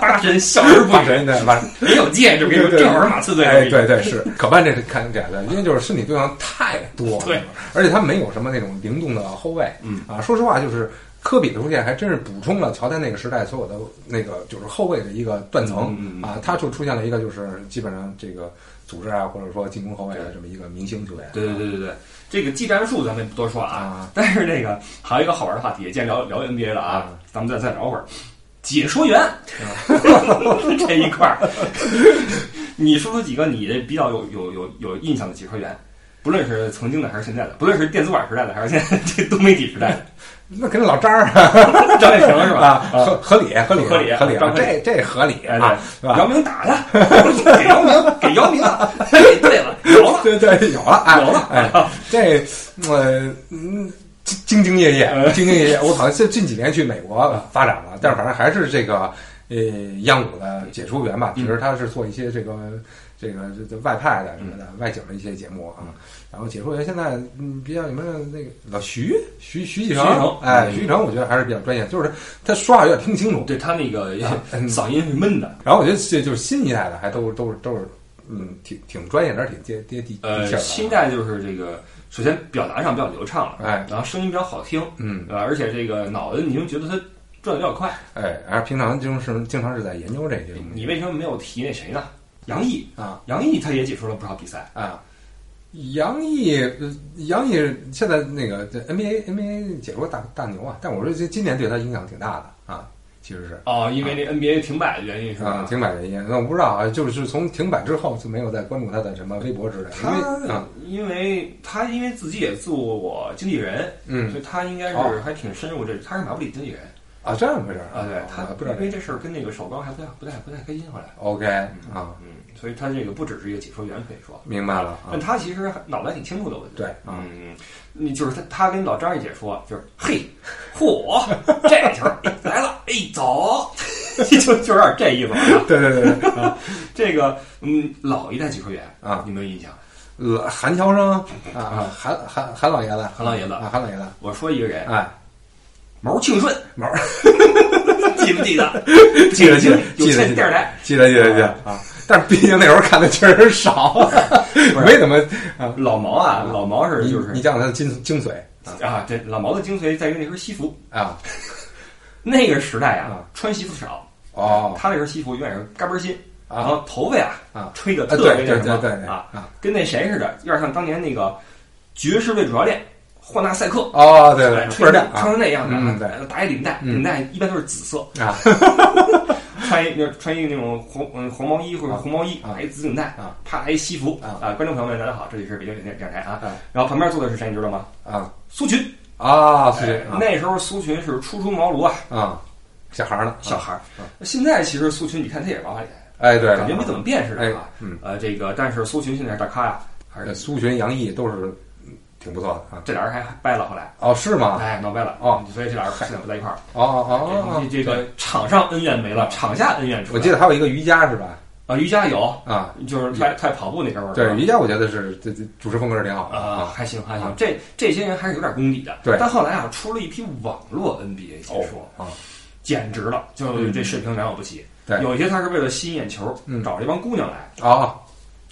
Speaker 2: 八神笑而不
Speaker 3: 大
Speaker 2: 语，
Speaker 3: 神对吧？
Speaker 2: 没有戒指，我跟你说，
Speaker 3: 对对
Speaker 2: 正好是马刺队的
Speaker 3: 哎，
Speaker 2: 那个
Speaker 3: 对对是，可办这是看改的，因为就是身体对抗太多了，
Speaker 2: 对，
Speaker 3: 而且他没有什么那种灵动的后卫，
Speaker 2: 嗯
Speaker 3: 啊，说实话就是科比的出现还真是补充了乔丹那个时代所有的那个就是后卫的一个断层、
Speaker 2: 嗯嗯嗯
Speaker 3: 啊，他就出现了一个就是基本上这个组织啊或者说进攻后卫的这么一个明星球员，
Speaker 2: 对对对对对，这个技战术咱们不多说了啊
Speaker 3: 啊，
Speaker 2: 但是这个还有一个好玩的话题，既然聊聊 NBA 了啊
Speaker 3: 啊，
Speaker 2: 咱们再再聊会儿解说
Speaker 3: *laughs*
Speaker 2: 员这一块儿，你说出几个你比较有有有有印象的解说员，不论是曾经的还是现在的，不论是电子版时代的还是现在这多媒体时代的，
Speaker 3: 那肯定老张儿啊，
Speaker 2: 张卫成是吧？
Speaker 3: 啊合合理合理
Speaker 2: 合理
Speaker 3: 合理
Speaker 2: 张
Speaker 3: 啊，
Speaker 2: 合理
Speaker 3: 这这合理
Speaker 2: 哎
Speaker 3: 啊，是
Speaker 2: 对，姚
Speaker 3: 吧？
Speaker 2: 明打了， *laughs* 给姚明给姚明了，对对 *laughs* 了，有了。
Speaker 3: *laughs* 对对，有了啊，
Speaker 2: 有了
Speaker 3: 哎，这呃嗯。兢兢业业，
Speaker 2: 哎
Speaker 3: 兢兢业业。我好像近近几年去美
Speaker 2: 啊
Speaker 3: 国发展了，但是反正还是这个呃央五的
Speaker 2: 嗯
Speaker 3: 解说员吧。其实他是做一些这个这个这这外派的什么的
Speaker 2: 嗯
Speaker 3: 外景的一些节目啊。然后解说员现在嗯比较有没有那个老徐徐徐
Speaker 2: 徐
Speaker 3: 继
Speaker 2: 继成
Speaker 3: 成，哎，
Speaker 2: 嗯
Speaker 3: 徐继成我觉得还是比较专业，就是他说话有点听不清楚。
Speaker 2: 对他那个
Speaker 3: 嗯
Speaker 2: 嗓音是闷的，
Speaker 3: 然后我觉得这就是新一代的，还都都是都是嗯挺挺专业的，而且挺接接地
Speaker 2: 呃
Speaker 3: 气儿，的。啊
Speaker 2: 新一代就是这个，首先表达上比较流畅了，啊
Speaker 3: 哎
Speaker 2: 然后声音比较好听，
Speaker 3: 嗯
Speaker 2: 呃，而且这个脑子你就觉得他转的比较快。
Speaker 3: 哎，而平常就是经常是在研究这些东西
Speaker 2: 你为什么没有提那谁呢？杨毅，
Speaker 3: 啊
Speaker 2: 杨毅他也解说了不少比赛，
Speaker 3: 啊。杨毅，呃杨毅现在那个这 NBA NBA 解说大大牛啊，但我说这今年对他影响挺大的啊，其实是。
Speaker 2: 哦，因为那 NBA 停摆的原因是吧？
Speaker 3: 啊，停摆原因，那我不知道啊，就是从停摆之后就没有再关注他的什么微博之类的，因为
Speaker 2: 他
Speaker 3: 啊，
Speaker 2: 因为他因为自己也做过经纪人，
Speaker 3: 嗯
Speaker 2: 所以他应该是
Speaker 3: 哦
Speaker 2: 还挺深入这，他是马布里经纪人
Speaker 3: 啊这样回事儿
Speaker 2: 啊，对他
Speaker 3: 啊不知道
Speaker 2: 因
Speaker 3: 这
Speaker 2: 为
Speaker 3: 个
Speaker 2: 这事儿跟那个首钢还不太不太不太开心，后来，
Speaker 3: OK 啊，
Speaker 2: 嗯，所以他这个不只是一个解说员可以说，
Speaker 3: 明白了啊
Speaker 2: 但，他其实还脑袋挺清楚的，我觉得。
Speaker 3: 对啊，
Speaker 2: 嗯，你就是他，他跟老张一解说，就是嘿，嚯，这球哎来了，哎，走， *laughs* 就就有点这意思啊。
Speaker 3: 对对对对，
Speaker 2: 这个嗯，老一代解说员
Speaker 3: 啊
Speaker 2: 你没有印象？
Speaker 3: 呃韩乔生啊啊，韩韩韩老爷子，
Speaker 2: 韩老爷子
Speaker 3: 啊，韩老爷子，
Speaker 2: 我说一个人，
Speaker 3: 哎，
Speaker 2: 毛庆
Speaker 3: *laughs*
Speaker 2: 顺，
Speaker 3: 毛
Speaker 2: 记不记得？
Speaker 3: *laughs* 记得记
Speaker 2: 有
Speaker 3: 得记得
Speaker 2: 线
Speaker 3: 记
Speaker 2: 电视台
Speaker 3: 得记得记得记得啊，但是毕竟那时候看的确实少，没怎么啊，
Speaker 2: 老毛啊，老毛是
Speaker 3: 你
Speaker 2: 就是
Speaker 3: 你讲讲他的精精髓
Speaker 2: 啊，这老毛的精髓在于那身西服。
Speaker 3: 啊，
Speaker 2: 那个时代啊
Speaker 3: 啊，
Speaker 2: 穿西服少，
Speaker 3: 哦
Speaker 2: 他那身西服永远是嘎嘣儿新，然
Speaker 3: 啊
Speaker 2: 后头发呀
Speaker 3: 啊
Speaker 2: 吹的
Speaker 3: 啊，
Speaker 2: 特
Speaker 3: 对
Speaker 2: 别
Speaker 3: 对
Speaker 2: 那
Speaker 3: 对
Speaker 2: 什么
Speaker 3: 对对
Speaker 2: 啊，
Speaker 3: 啊，
Speaker 2: 跟那谁似的，有点像当年那个爵士队主教练霍纳塞克，
Speaker 3: 哦对对，
Speaker 2: 穿
Speaker 3: 倍儿亮
Speaker 2: 穿
Speaker 3: 啊
Speaker 2: 成那样的啊，
Speaker 3: 嗯对
Speaker 2: 打一领带，
Speaker 3: 嗯
Speaker 2: 领带一般都是紫色，
Speaker 3: 啊。
Speaker 2: 穿一就是穿一那种红嗯黄毛衣或者红毛衣，
Speaker 3: 啊
Speaker 2: 打一紫领带
Speaker 3: 啊，
Speaker 2: 啪来一西服
Speaker 3: 啊
Speaker 2: 观众朋友们，大家好，这里是北京电电视台啊
Speaker 3: 啊，
Speaker 2: 然后旁边坐的是谁，你知道吗？
Speaker 3: 啊
Speaker 2: 苏群，
Speaker 3: 啊，是
Speaker 2: 哎
Speaker 3: 这啊
Speaker 2: 那时候苏群是初出茅庐啊，
Speaker 3: 啊，小孩儿呢，
Speaker 2: 小孩儿
Speaker 3: 啊。
Speaker 2: 现在其实苏群，你看他也是娃娃脸，
Speaker 3: 哎，对，
Speaker 2: 感觉没怎么变似的啊
Speaker 3: 哎。嗯
Speaker 2: 呃，这个但是苏群现在是大咖呀，还
Speaker 3: 呃
Speaker 2: 是
Speaker 3: 苏洵、杨毅都是嗯挺不错的啊。
Speaker 2: 这俩人还掰了后来。
Speaker 3: 哦，是吗？
Speaker 2: 哎，闹掰了
Speaker 3: 哦，
Speaker 2: 所以这俩人现在不在一块儿。
Speaker 3: 哦哦
Speaker 2: 这
Speaker 3: 哦
Speaker 2: 东西，这个场上恩怨没了，场下恩怨出来
Speaker 3: 我记得还有一个瑜伽是吧？
Speaker 2: 啊，瑜伽有，
Speaker 3: 啊，
Speaker 2: 就是他他跑步那哥们儿，
Speaker 3: 对，瑜伽我觉得是这这主持风格是挺好的
Speaker 2: 啊，。还行还行，这这些人还是有点功底的。
Speaker 3: 对
Speaker 2: 但后来啊，出了一批网络 NBA 解说，
Speaker 3: 啊，
Speaker 2: 简直了，就这水平良莠不齐。
Speaker 3: 嗯对
Speaker 2: 有一些他是为了吸引眼球，
Speaker 3: 嗯
Speaker 2: 找了一帮姑娘来，
Speaker 3: 哦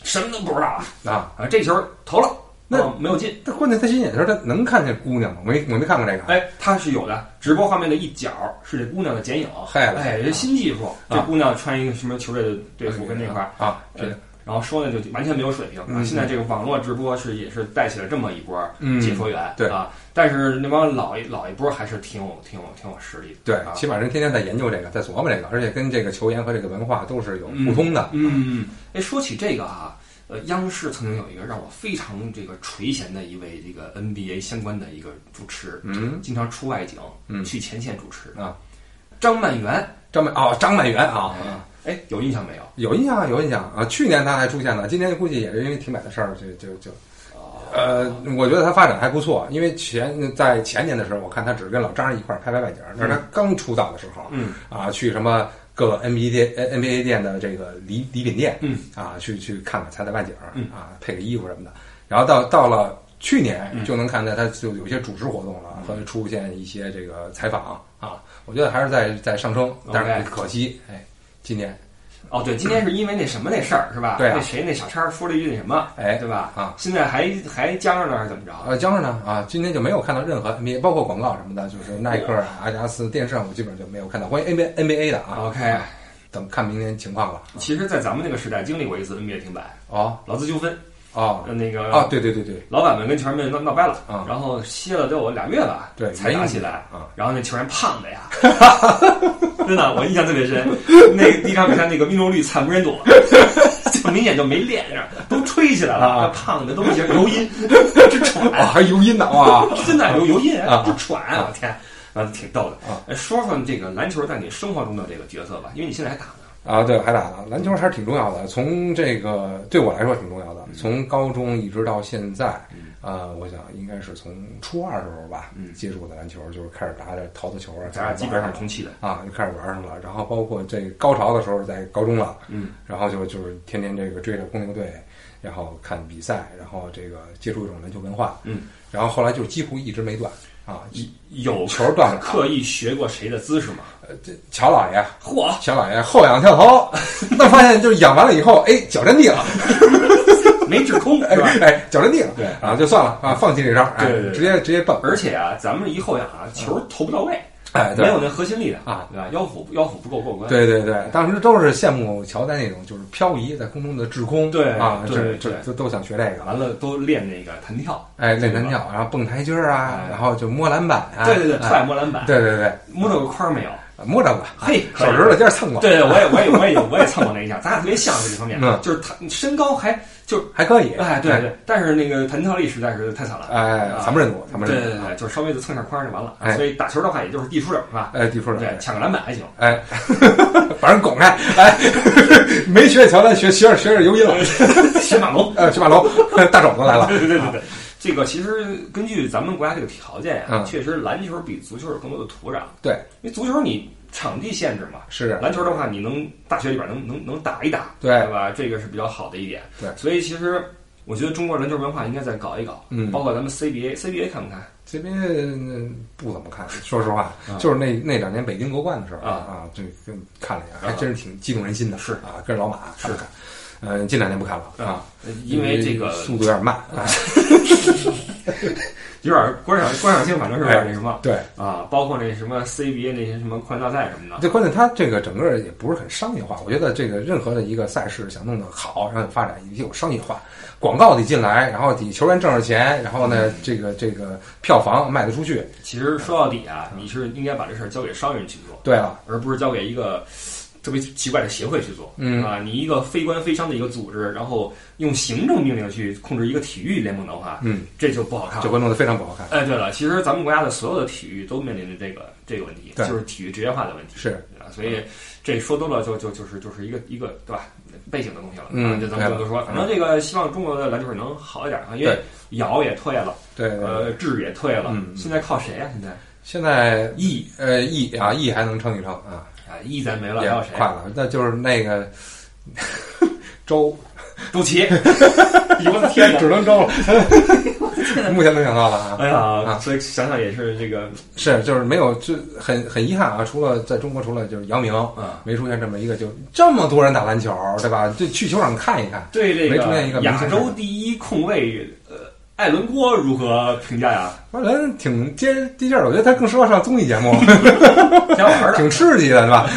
Speaker 2: 什么都不知道啊，
Speaker 3: 啊，
Speaker 2: 啊，这球投了，
Speaker 3: 那
Speaker 2: 啊没有进，
Speaker 3: 但关键他新眼球，他能看见姑娘吗？我没我没看过这个。啊
Speaker 2: 哎，它是有的。直播画面的一角是这姑娘的剪影，
Speaker 3: 嗨了
Speaker 2: 哎，这新技术，这
Speaker 3: 啊
Speaker 2: 姑娘穿一个什么球队的队服跟那块儿，
Speaker 3: 啊，
Speaker 2: 呃
Speaker 3: 这
Speaker 2: 然后说呢就完全没有水平啊。
Speaker 3: 嗯
Speaker 2: 现在这个网络直播是也是带起了这么一波
Speaker 3: 嗯
Speaker 2: 解说员，
Speaker 3: 对
Speaker 2: 啊，但是那帮老一老一波还是挺有挺有挺有实力的，
Speaker 3: 对
Speaker 2: 啊，
Speaker 3: 起码人天天在研究这个，在琢磨这个，而且跟这个球员和这个文化都是有互通的。
Speaker 2: 嗯，哎，说起这个啊，呃，央视曾经有一个让我非常这个垂涎的一位这个 NBA 相关的一个主持，
Speaker 3: 嗯
Speaker 2: 经常出外景，
Speaker 3: 嗯
Speaker 2: 去前线主持
Speaker 3: 啊，
Speaker 2: 张曼媛。
Speaker 3: 张曼哦，张曼媛啊，
Speaker 2: 哎，有印象没有？
Speaker 3: 有印象啊，有印象啊。去年他还出现了，今年估计也是因为停摆的事儿，就就就，呃，我觉得他发展还不错。因为前在前年的时候，我看他只是跟老张一块儿拍拍外景儿，那是他刚出道的时候，
Speaker 2: 嗯，
Speaker 3: 啊，去什么各个 NBA 店、呃 NBA 店的这个礼礼品店，
Speaker 2: 嗯，
Speaker 3: 啊，去去看看他的外景儿，
Speaker 2: 嗯
Speaker 3: 啊，配个衣服什么的。然后到到了去年，就能看到他就有一些主持活动了，和出现一些这个采访啊，我觉得还是在在上升，但
Speaker 2: OK
Speaker 3: 是可惜，哎，今年。
Speaker 2: 哦，对，今天是因为那什么那事儿是吧？
Speaker 3: 对啊
Speaker 2: 那谁那小叉说了一句那什么，
Speaker 3: 哎
Speaker 2: 对吧？
Speaker 3: 啊
Speaker 2: 现在还还僵着呢，还是怎么着？
Speaker 3: 呃，江上呢啊，今天就没有看到任何 NBA，包括广告什么的，就是耐克啊、阿迪达斯、电视上我基本上就没有看到关于 NBA NBA 的啊。
Speaker 2: OK
Speaker 3: 啊等看明年情况了。
Speaker 2: 其实，在咱们那个时代，经历过一次 NBA 停摆，
Speaker 3: 哦
Speaker 2: 劳资纠纷，
Speaker 3: 哦
Speaker 2: 呃那个
Speaker 3: 哦，对对对对
Speaker 2: 老板们跟球员们闹闹掰了，
Speaker 3: 啊
Speaker 2: 然后歇了得有俩月吧，
Speaker 3: 对
Speaker 2: 才打起来
Speaker 3: 啊
Speaker 2: 然后那球员胖的
Speaker 3: *laughs*
Speaker 2: 呀，真的，我印象特别深。那个第一场比赛那个命中率惨不忍睹，就明显就没练上，都吹起来了，
Speaker 3: 啊
Speaker 2: 胖的都不行，油音， *laughs* 直喘。
Speaker 3: 啊，还有音呢哇！
Speaker 2: 真的有油印
Speaker 3: 啊
Speaker 2: 不喘，我天，啊，挺逗的
Speaker 3: 啊。
Speaker 2: 哎说说这个篮球在你生活中的这个角色吧，因为你现在还打呢。
Speaker 3: 啊，对，还打了篮球还是挺重要的。从这个对我来说挺重要
Speaker 2: 嗯
Speaker 3: 的，从高中一直到现在，啊、我想应该是从初二时候吧，
Speaker 2: 嗯
Speaker 3: 接触的篮球，就是开始打点陶子球啊，
Speaker 2: 咱俩基本上是同期的。
Speaker 3: 啊，就开始玩上了。然后包括这高潮的时候，在高中了，
Speaker 2: 嗯，
Speaker 3: 然后就就是天天这个追着公牛队，然后看比赛，然后这个接触一种篮球文化，
Speaker 2: 嗯，
Speaker 3: 然后后来就几乎一直没断啊。一
Speaker 2: 有
Speaker 3: 球断了
Speaker 2: 刻意学过谁的姿势吗？
Speaker 3: 呃乔老爷，
Speaker 2: 嚯，
Speaker 3: 乔老爷后仰跳投，那发现就是仰完了以后，哎，脚站地了，
Speaker 2: 没制空
Speaker 3: 哎
Speaker 2: 是吧？
Speaker 3: 哎，脚站地了，
Speaker 2: 对
Speaker 3: 啊，就算了啊，放弃这招，哎
Speaker 2: 对对对
Speaker 3: 直接直接蹦，
Speaker 2: 而且啊，咱们一后仰啊，球投不到位，
Speaker 3: 哎，对
Speaker 2: 没有那核心力量
Speaker 3: 啊，
Speaker 2: 对吧？腰腹腰腹不够过关，
Speaker 3: 对对对，当时都是羡慕乔丹那种就是漂移在空中的滞空，
Speaker 2: 对
Speaker 3: 啊，
Speaker 2: 对
Speaker 3: 这
Speaker 2: 对
Speaker 3: 这
Speaker 2: 对
Speaker 3: 这都想学这个
Speaker 2: 完了都练那个弹跳，
Speaker 3: 哎，练弹跳，然后蹦台阶儿啊，
Speaker 2: 哎
Speaker 3: 然后就摸篮板啊，
Speaker 2: 对对对，
Speaker 3: 哎
Speaker 2: 踹摸篮板，
Speaker 3: 对对对，
Speaker 2: 摸着个框没有？
Speaker 3: 摸着过，
Speaker 2: 嘿，
Speaker 3: 手
Speaker 2: 可以
Speaker 3: 指头尖儿蹭过，
Speaker 2: 对对，我也我也我也有我也蹭过那一下，咱俩特别像是这方面，
Speaker 3: 嗯
Speaker 2: 就是他身高还就
Speaker 3: 还可以，
Speaker 2: 哎对对，但是那个弹跳力实在是太惨了，
Speaker 3: 哎，
Speaker 2: 啊
Speaker 3: 咱们认住，咱
Speaker 2: 对
Speaker 3: 们
Speaker 2: 对
Speaker 3: 认
Speaker 2: 对
Speaker 3: 住，
Speaker 2: 对，就是稍微的蹭下框就完了，
Speaker 3: 啊哎
Speaker 2: 所以打球的话也就是递出手是吧？
Speaker 3: 哎，地出来，
Speaker 2: 对，抢个篮板还行，
Speaker 3: 哎，反正拱开，哎，没学乔丹，学学点学点尤因了，
Speaker 2: *laughs* 学马龙，
Speaker 3: 呃，去马龙，大肘子来了，
Speaker 2: 对对对对对，这个其实根据咱们国家这个条件呀、
Speaker 3: 嗯
Speaker 2: 确实篮球比足球有更多的土壤，
Speaker 3: 对，
Speaker 2: 因为足球你场地限制嘛，
Speaker 3: 是，啊
Speaker 2: 篮球的话你能大学里边能能能打一打，
Speaker 3: 对
Speaker 2: 吧？这个是比较好的一点，
Speaker 3: 对
Speaker 2: 所以其实我觉得中国篮球文化应该再搞一搞，
Speaker 3: 嗯
Speaker 2: 包括咱们 CBA，CBA 看不看？
Speaker 3: 这边呃不怎么看，说实话
Speaker 2: 啊，
Speaker 3: 就是那那两年北京夺冠的时候
Speaker 2: 啊
Speaker 3: 啊，这个看了一眼，还真是挺激动人心的，
Speaker 2: 是
Speaker 3: 啊，跟着老马看
Speaker 2: 是
Speaker 3: 了看，呃，近两年不看了啊，
Speaker 2: 呃，因为这个
Speaker 3: 速度有点慢，
Speaker 2: *laughs*
Speaker 3: 啊
Speaker 2: 有点观赏观赏性，反正是有点那什么
Speaker 3: 对，
Speaker 2: 啊，包括那什么 CBA 那些什么宽大赛什么的，
Speaker 3: 这关键它这个整个也不是很商业化。我觉得这个任何的一个赛事想弄得好，让你发展也有商业化，广告得进来，然后得球员挣着钱，然后
Speaker 2: 嗯
Speaker 3: 呢，这个这个票房卖得出去。
Speaker 2: 其实说到底啊，你是应该把这事儿交给商人去做，
Speaker 3: 对了，
Speaker 2: 而不是交给一个特别奇怪的协会去做。
Speaker 3: 嗯
Speaker 2: 啊，你一个非官非商的一个组织，然后用行政命令去控制一个体育联盟的话，
Speaker 3: 嗯，
Speaker 2: 这就不好看
Speaker 3: 这
Speaker 2: 了。
Speaker 3: 会弄得非常不好看。
Speaker 2: 哎，对了，其实咱们国家的所有的体育都面临着这个这个问题，
Speaker 3: 对
Speaker 2: 就是体育职业化的问题。
Speaker 3: 是
Speaker 2: 啊，所以这说多了就就就是就是一个一个对吧背景的东西了。
Speaker 3: 嗯
Speaker 2: 啊就咱们不多说，
Speaker 3: 对
Speaker 2: 反正这个希望中国的篮球能好一点啊，因为
Speaker 3: 对
Speaker 2: 尧也退了，
Speaker 3: 对，对对
Speaker 2: 呃，智也退了，
Speaker 3: 嗯
Speaker 2: 现在靠谁啊呀、现在
Speaker 3: 现在 E 呃 E 啊 E 还能撑一撑啊，
Speaker 2: 啊，义咱没了，还
Speaker 3: 也
Speaker 2: 有谁？
Speaker 3: 快了。那就是
Speaker 2: *laughs*
Speaker 3: 那个周，
Speaker 2: 肚
Speaker 3: *laughs*
Speaker 2: 脐，哎我的天哪！
Speaker 3: 只
Speaker 2: *laughs*
Speaker 3: 能周了。目前能想到了啊。
Speaker 2: 哎呀，
Speaker 3: 啊
Speaker 2: 所以想想也是这个
Speaker 3: 是，就是没有，这很很遗憾啊！除了在中国，除了就是姚明
Speaker 2: 啊，
Speaker 3: 没出现这么一个就这么多人打篮球，对吧？就去球场看一看。
Speaker 2: 对这
Speaker 3: 没出现一个明
Speaker 2: 亚
Speaker 3: 星
Speaker 2: 洲第一控卫呃艾伦郭如何评价呀？
Speaker 3: 我觉得挺接地气儿的，我觉得他更适合上综艺节目，
Speaker 2: 挺
Speaker 3: *laughs*
Speaker 2: 好玩的，
Speaker 3: 挺刺激的，是吧？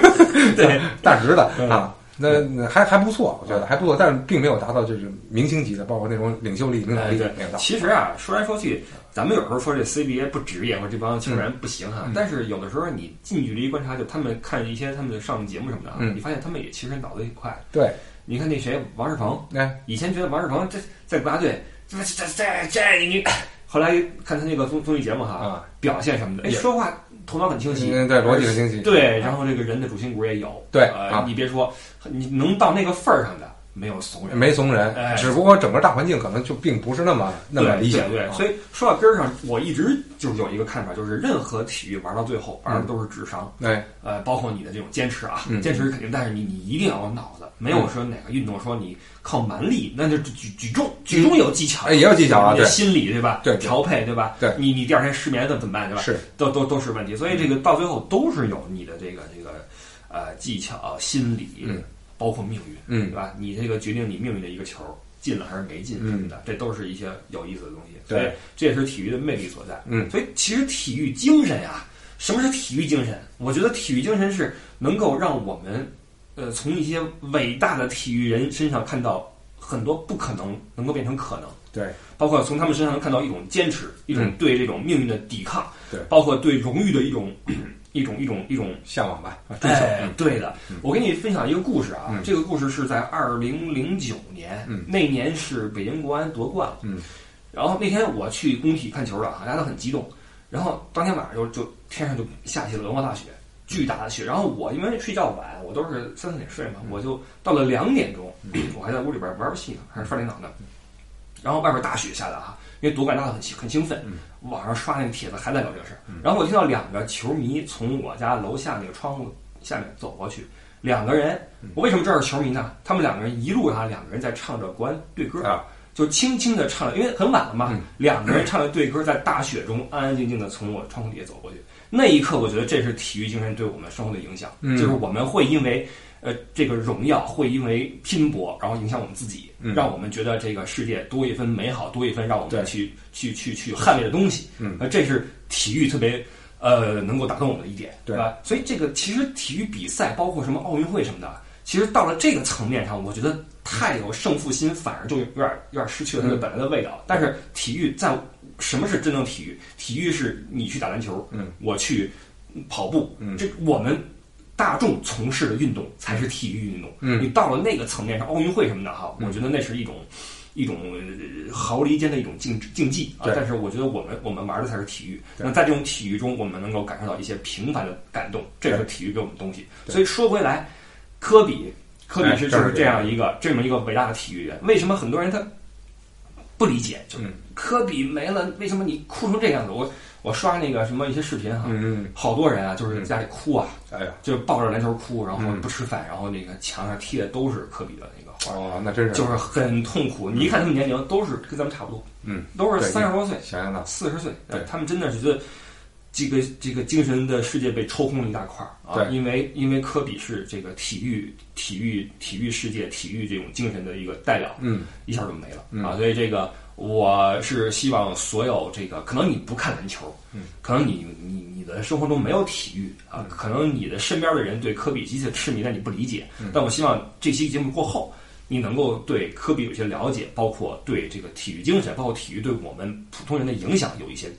Speaker 3: *laughs*
Speaker 2: 对，
Speaker 3: 大直的
Speaker 2: *laughs* 嗯
Speaker 3: 啊，那那还还不错，我觉得还不错，但是并没有达到就是明星级的，包括那种领袖力、领导
Speaker 2: 哎
Speaker 3: 力
Speaker 2: 对
Speaker 3: 没有到。
Speaker 2: 其实啊，说来说去，咱们有时候说这 CBA 不职业或者这帮球员不行哈、
Speaker 3: 嗯
Speaker 2: 但是有的时候你近距离观察，就他们看一些他们的上节目什么的啊，
Speaker 3: 嗯
Speaker 2: 你发现他们也其实脑子也快。
Speaker 3: 对，
Speaker 2: 你看那谁王仕鹏，
Speaker 3: 哎，
Speaker 2: 以前觉得王仕鹏这在国家队这这这这你你，后来看他那个综综艺节目哈、
Speaker 3: 啊，
Speaker 2: 表现什么的，哎，
Speaker 3: 也
Speaker 2: 说话头脑很清晰，
Speaker 3: 嗯，对，逻辑很清晰。
Speaker 2: 对，然后这个人的主心骨也有，
Speaker 3: 对
Speaker 2: 呃
Speaker 3: 啊，
Speaker 2: 你别说，你能到那个份儿上的，没有怂人，
Speaker 3: 没怂人
Speaker 2: 哎，
Speaker 3: 只不过整个大环境可能就并不是那么那么
Speaker 2: 对
Speaker 3: 理想。
Speaker 2: 对对，
Speaker 3: 啊
Speaker 2: 所以说到根儿上，我一直就是有一个看法，就是任何体育玩到最后玩的都是智商，
Speaker 3: 哎，
Speaker 2: 呃，包括你的这种坚持啊，
Speaker 3: 嗯
Speaker 2: 坚持肯定，但是你你一定要有脑子，没有说哪个运动说你靠蛮力，那就举举重，举重有技巧，
Speaker 3: 哎也有技巧啊
Speaker 2: 你的
Speaker 3: 对
Speaker 2: 心理对吧？
Speaker 3: 对对
Speaker 2: 调配对吧？
Speaker 3: 对
Speaker 2: 你你第二天失眠怎么怎么办对吧？
Speaker 3: 是，
Speaker 2: 都都都是问题，所以这个到最后都是有你的这个这个呃技巧、心理，
Speaker 3: 嗯
Speaker 2: 包括命运，
Speaker 3: 嗯
Speaker 2: 对吧？你这个决定你命运的一个球进了还是没进什么的，这都是一些有意思的东西。
Speaker 3: 对
Speaker 2: 所以这也是体育的魅力所在。
Speaker 3: 嗯
Speaker 2: 所以其实体育精神呀、什么是体育精神？我觉得体育精神是能够让我们呃从一些伟大的体育人身上看到很多不可能能够变成可能。
Speaker 3: 对，
Speaker 2: 包括从他们身上能看到一种坚持，一种
Speaker 3: 嗯
Speaker 2: 对这种命运的抵抗，
Speaker 3: 对
Speaker 2: 包括对荣誉的一种 *clears throat* 一种一种一种
Speaker 3: 向往吧，啊追求。
Speaker 2: 哎
Speaker 3: 嗯，
Speaker 2: 对的。我给你分享一个故事啊，
Speaker 3: 嗯
Speaker 2: 这个故事是在二零零九年，
Speaker 3: 嗯
Speaker 2: 那年是北京国安夺冠了，
Speaker 3: 嗯
Speaker 2: 然后那天我去工体看球了啊，大家都很激动，然后当天晚上就就天上就下起了文化大雪。
Speaker 3: 嗯
Speaker 2: 巨大的雪，然后我因为睡觉晚，我都是三四点睡
Speaker 3: 嗯
Speaker 2: 嘛，我就到了两点钟， *clears throat* 我还在屋里边玩游戏呢，
Speaker 3: 嗯
Speaker 2: 还是刷电脑呢。然后外边大雪下的啊，因为夺冠大家很兴很兴奋，
Speaker 3: 嗯
Speaker 2: 网上刷那个帖子还在聊这个事儿。然后我听到两个球迷从我家楼下那个窗户下面走过去，两个人，
Speaker 3: 嗯
Speaker 2: 我为什么知道是球迷呢？他们两个人一路上两个人在唱着国安队歌
Speaker 3: 啊，
Speaker 2: 就轻轻的唱，因为很晚了嘛
Speaker 3: 嗯，
Speaker 2: 两个人唱着队歌，在大雪中安安静静的从我窗户底下走过去。那一刻，我觉得这是体育精神对我们生活的影响，
Speaker 3: 嗯
Speaker 2: 就是我们会因为。呃，这个荣耀会因为拼搏，然后影响我们自己，
Speaker 3: 嗯
Speaker 2: 让我们觉得这个世界多一分美好，多一分让我们
Speaker 3: 对
Speaker 2: 去去去去捍卫的东西。
Speaker 3: 嗯
Speaker 2: 呃，这是体育特别呃，能够打动我的一点，
Speaker 3: 对
Speaker 2: 吧？所以这个其实体育比赛，包括什么奥运会什么的，其实到了这个层面上，我觉得太有胜负心，反而就有点有点失去了
Speaker 3: 嗯
Speaker 2: 它的本来的味道。但是体育在什么是真正体育？体育是你去打篮球，
Speaker 3: 嗯，
Speaker 2: 我去跑步，
Speaker 3: 嗯
Speaker 2: 这我们大众从事的运动才是体育运动。
Speaker 3: 嗯
Speaker 2: 你到了那个层面上，奥运会什么的哈，我觉得那是一种。一种呃毫厘间的一种竞竞技啊
Speaker 3: 对，
Speaker 2: 但是我觉得我们我们玩的才是体育。
Speaker 3: 对
Speaker 2: 那在这种体育中，我们能够感受到一些平凡的感动，这是体育给我们的东西。
Speaker 3: 对
Speaker 2: 所以说回来，科比，科比
Speaker 3: 哎
Speaker 2: 是
Speaker 3: 这
Speaker 2: 就是是这样一个这么一个伟大的体育人。为什么很多人他不理解？就是
Speaker 3: 嗯
Speaker 2: 科比没了，为什么你哭成这样子？我我刷那个什么一些视频哈，
Speaker 3: 嗯，
Speaker 2: 好多人啊，就是家里哭啊，
Speaker 3: 哎呀，
Speaker 2: 就是抱着篮球哭，然后
Speaker 3: 嗯
Speaker 2: 不吃饭，然后那个墙上贴的都是科比的那个画。
Speaker 3: 哦，那真是
Speaker 2: 就是很痛苦。你一看他们年龄，都是跟咱们差不多，
Speaker 3: 嗯，
Speaker 2: 都是
Speaker 3: 对
Speaker 2: 三十多岁、
Speaker 3: 想想那
Speaker 2: 四十岁，
Speaker 3: 对
Speaker 2: 他们真的是觉得这个这个精神的世界被抽空了一大块儿啊。
Speaker 3: 对
Speaker 2: 因为因为科比是这个体育体育体育世界体育这种精神的一个代表，
Speaker 3: 嗯，
Speaker 2: 一下就没了、
Speaker 3: 嗯
Speaker 2: 啊。所以这个我是希望所有这个，可能你不看篮球，
Speaker 3: 嗯，
Speaker 2: 可能你你你的生活中没有体育啊，可能你的身边的人对科比极其的痴迷，但你不理解。
Speaker 3: 嗯
Speaker 2: 但我希望这期节目过后。你能够对科比有些了解，包括对这个体育精神，包括体育对我们普通人的影响有一些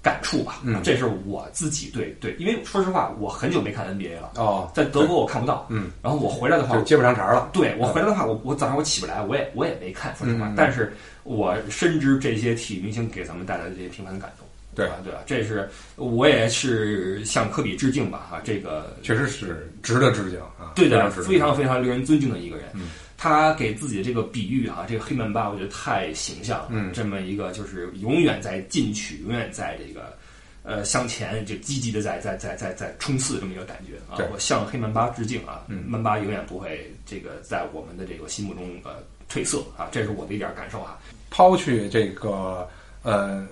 Speaker 2: 感触吧。
Speaker 3: 嗯
Speaker 2: 这是我自己对对，因为说实话，我很久没看 NBA 了，
Speaker 3: 哦，
Speaker 2: 在德国我看不到，
Speaker 3: 嗯，
Speaker 2: 然后我回来的话，
Speaker 3: 就接不上茬了，
Speaker 2: 对我回来的话，我我早上我起不来，我也我也没看，说实话，
Speaker 3: 嗯嗯嗯
Speaker 2: 但是我深知这些体育明星给咱们带来的这些平凡的感动，
Speaker 3: 对
Speaker 2: 啊，对啊，这是我也是向科比致敬吧，哈、这个
Speaker 3: 确实是值得致敬啊，
Speaker 2: 对
Speaker 3: 非
Speaker 2: 的，
Speaker 3: 常值得
Speaker 2: 非常非常令人尊敬的一个人。
Speaker 3: 嗯
Speaker 2: 他给自己的这个比喻啊，这个黑曼巴，我觉得太形象了。
Speaker 3: 嗯
Speaker 2: 这么一个就是永远在进取，永远在这个呃向前，就积极的在在在在在冲刺这么一个感觉啊
Speaker 3: 对。
Speaker 2: 我向黑曼巴致敬啊！
Speaker 3: 嗯
Speaker 2: 曼巴永远不会这个在我们的这个心目中呃褪色啊，这是我的一点感受啊。
Speaker 3: 抛去这个呃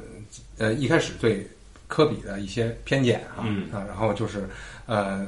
Speaker 3: 呃一开始对科比的一些偏见啊，
Speaker 2: 嗯
Speaker 3: 啊，然后就是呃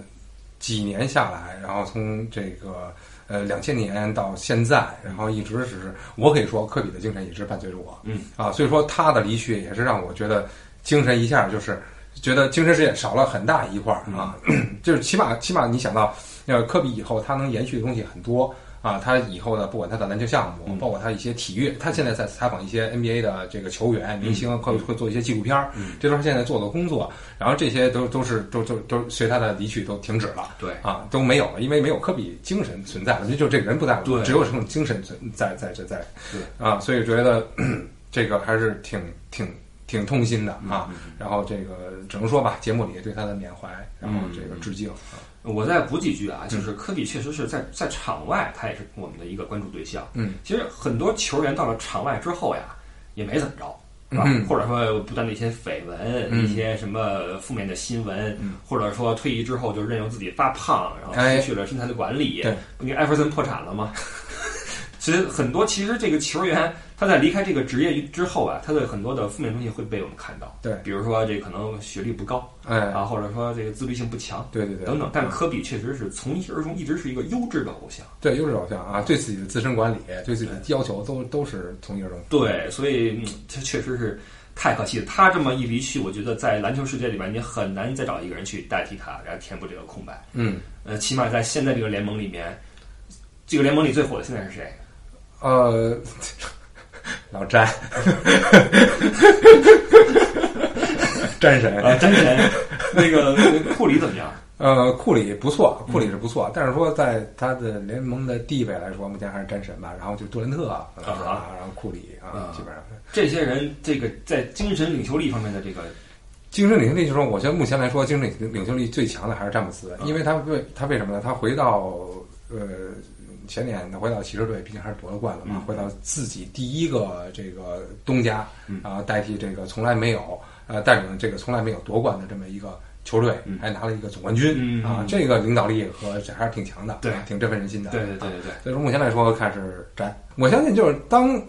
Speaker 3: 几年下来，然后从这个呃两千年到现在，然后一直是我可以说科比的精神一直伴随着我，
Speaker 2: 嗯
Speaker 3: 啊，所以说他的离去也是让我觉得精神一下就是觉得精神世界少了很大一块儿啊，就是起码起码你想到，呃，科比以后他能延续的东西很多啊，他以后的不管他的篮球项目，
Speaker 2: 嗯
Speaker 3: 包括他一些体育，他现在在采访一些 NBA 的这个
Speaker 2: 嗯
Speaker 3: 球员、明星，会会做一些纪录片儿，这都是他现在做的工作，然后这些都都是都都都随他的离去都停止了。
Speaker 2: 对
Speaker 3: 啊，都没有了，因为没有科比精神存在了，就就这个人不在
Speaker 2: 对
Speaker 3: 了，只有这种精神存在在在在，
Speaker 2: 对
Speaker 3: 啊，所以觉得 *clears throat* 这个还是挺挺挺痛心的
Speaker 2: 嗯
Speaker 3: 啊。然后这个只能说吧，节目里对他的缅怀，然
Speaker 2: 嗯
Speaker 3: 后这个致敬。啊
Speaker 2: 我再补几句
Speaker 3: 嗯
Speaker 2: 啊，就是科比确实是在在场外，他也是我们的一个关注对象。
Speaker 3: 嗯，
Speaker 2: 其实很多球员到了场外之后呀，也没怎么着，是吧？
Speaker 3: 嗯
Speaker 2: 或者说不断的一些绯闻、
Speaker 3: 嗯
Speaker 2: 一些什么负面的新闻，
Speaker 3: 嗯
Speaker 2: 或者说退役之后就任由自己发胖，然后
Speaker 3: 哎
Speaker 2: 失去了身材的管理。
Speaker 3: 对
Speaker 2: 不你艾弗森破产了吗？ *laughs* 其实很多，其实这个球员他在离开这个职业之后啊，他的很多的负面东西会被我们看到。
Speaker 3: 对
Speaker 2: 比如说这可能学历不高
Speaker 3: 哎，
Speaker 2: 啊，或者说这个自律性不强，
Speaker 3: 对对对，
Speaker 2: 等等。但科比确实是从一而终，一直是一个优质的偶像。
Speaker 3: 对优质偶像啊，对自己的自身管理，对自己的要求都都是从一而终。
Speaker 2: 对，所以嗯这确实是太可惜了。他这么一离去，我觉得在篮球世界里面，你很难再找一个人去代替他，然后填补这个空白。
Speaker 3: 嗯，
Speaker 2: 呃，起码在现在这个联盟里面，这个联盟里最火的现在是 *laughs* 谁？
Speaker 3: 呃， *laughs* 老詹， *laughs* 詹神，
Speaker 2: 呃，詹神。那个那个库里怎么样？
Speaker 3: 呃，库里不错，库里
Speaker 2: 嗯
Speaker 3: 是不错，但是说在他的联盟的地位来说，目前还是詹神吧，然后就杜兰特啊，可能是
Speaker 2: 啊
Speaker 3: 啊，然后库里啊
Speaker 2: 啊，
Speaker 3: 基本上。
Speaker 2: 这些人这个在精神领袖力方面的这个，
Speaker 3: 精神领袖力就是说，我觉得目前来说，精神领领袖力最强的还是詹姆斯，
Speaker 2: 嗯
Speaker 3: 因为他为他为什么呢？他回到呃前年他回到骑士队，毕竟还是夺了冠了嘛
Speaker 2: 嗯，
Speaker 3: 回到自己第一个这个东家
Speaker 2: 嗯，
Speaker 3: 然后代替这个从来没有呃带领这个从来没有夺冠的这么一个球队
Speaker 2: 嗯，
Speaker 3: 还拿了一个总冠军
Speaker 2: 嗯
Speaker 3: 啊，这个领导力和这还是挺强的，
Speaker 2: 对
Speaker 3: 啊挺振奋人心的。
Speaker 2: 对对对对对，
Speaker 3: 所以说目前来说看是詹，我相信就是当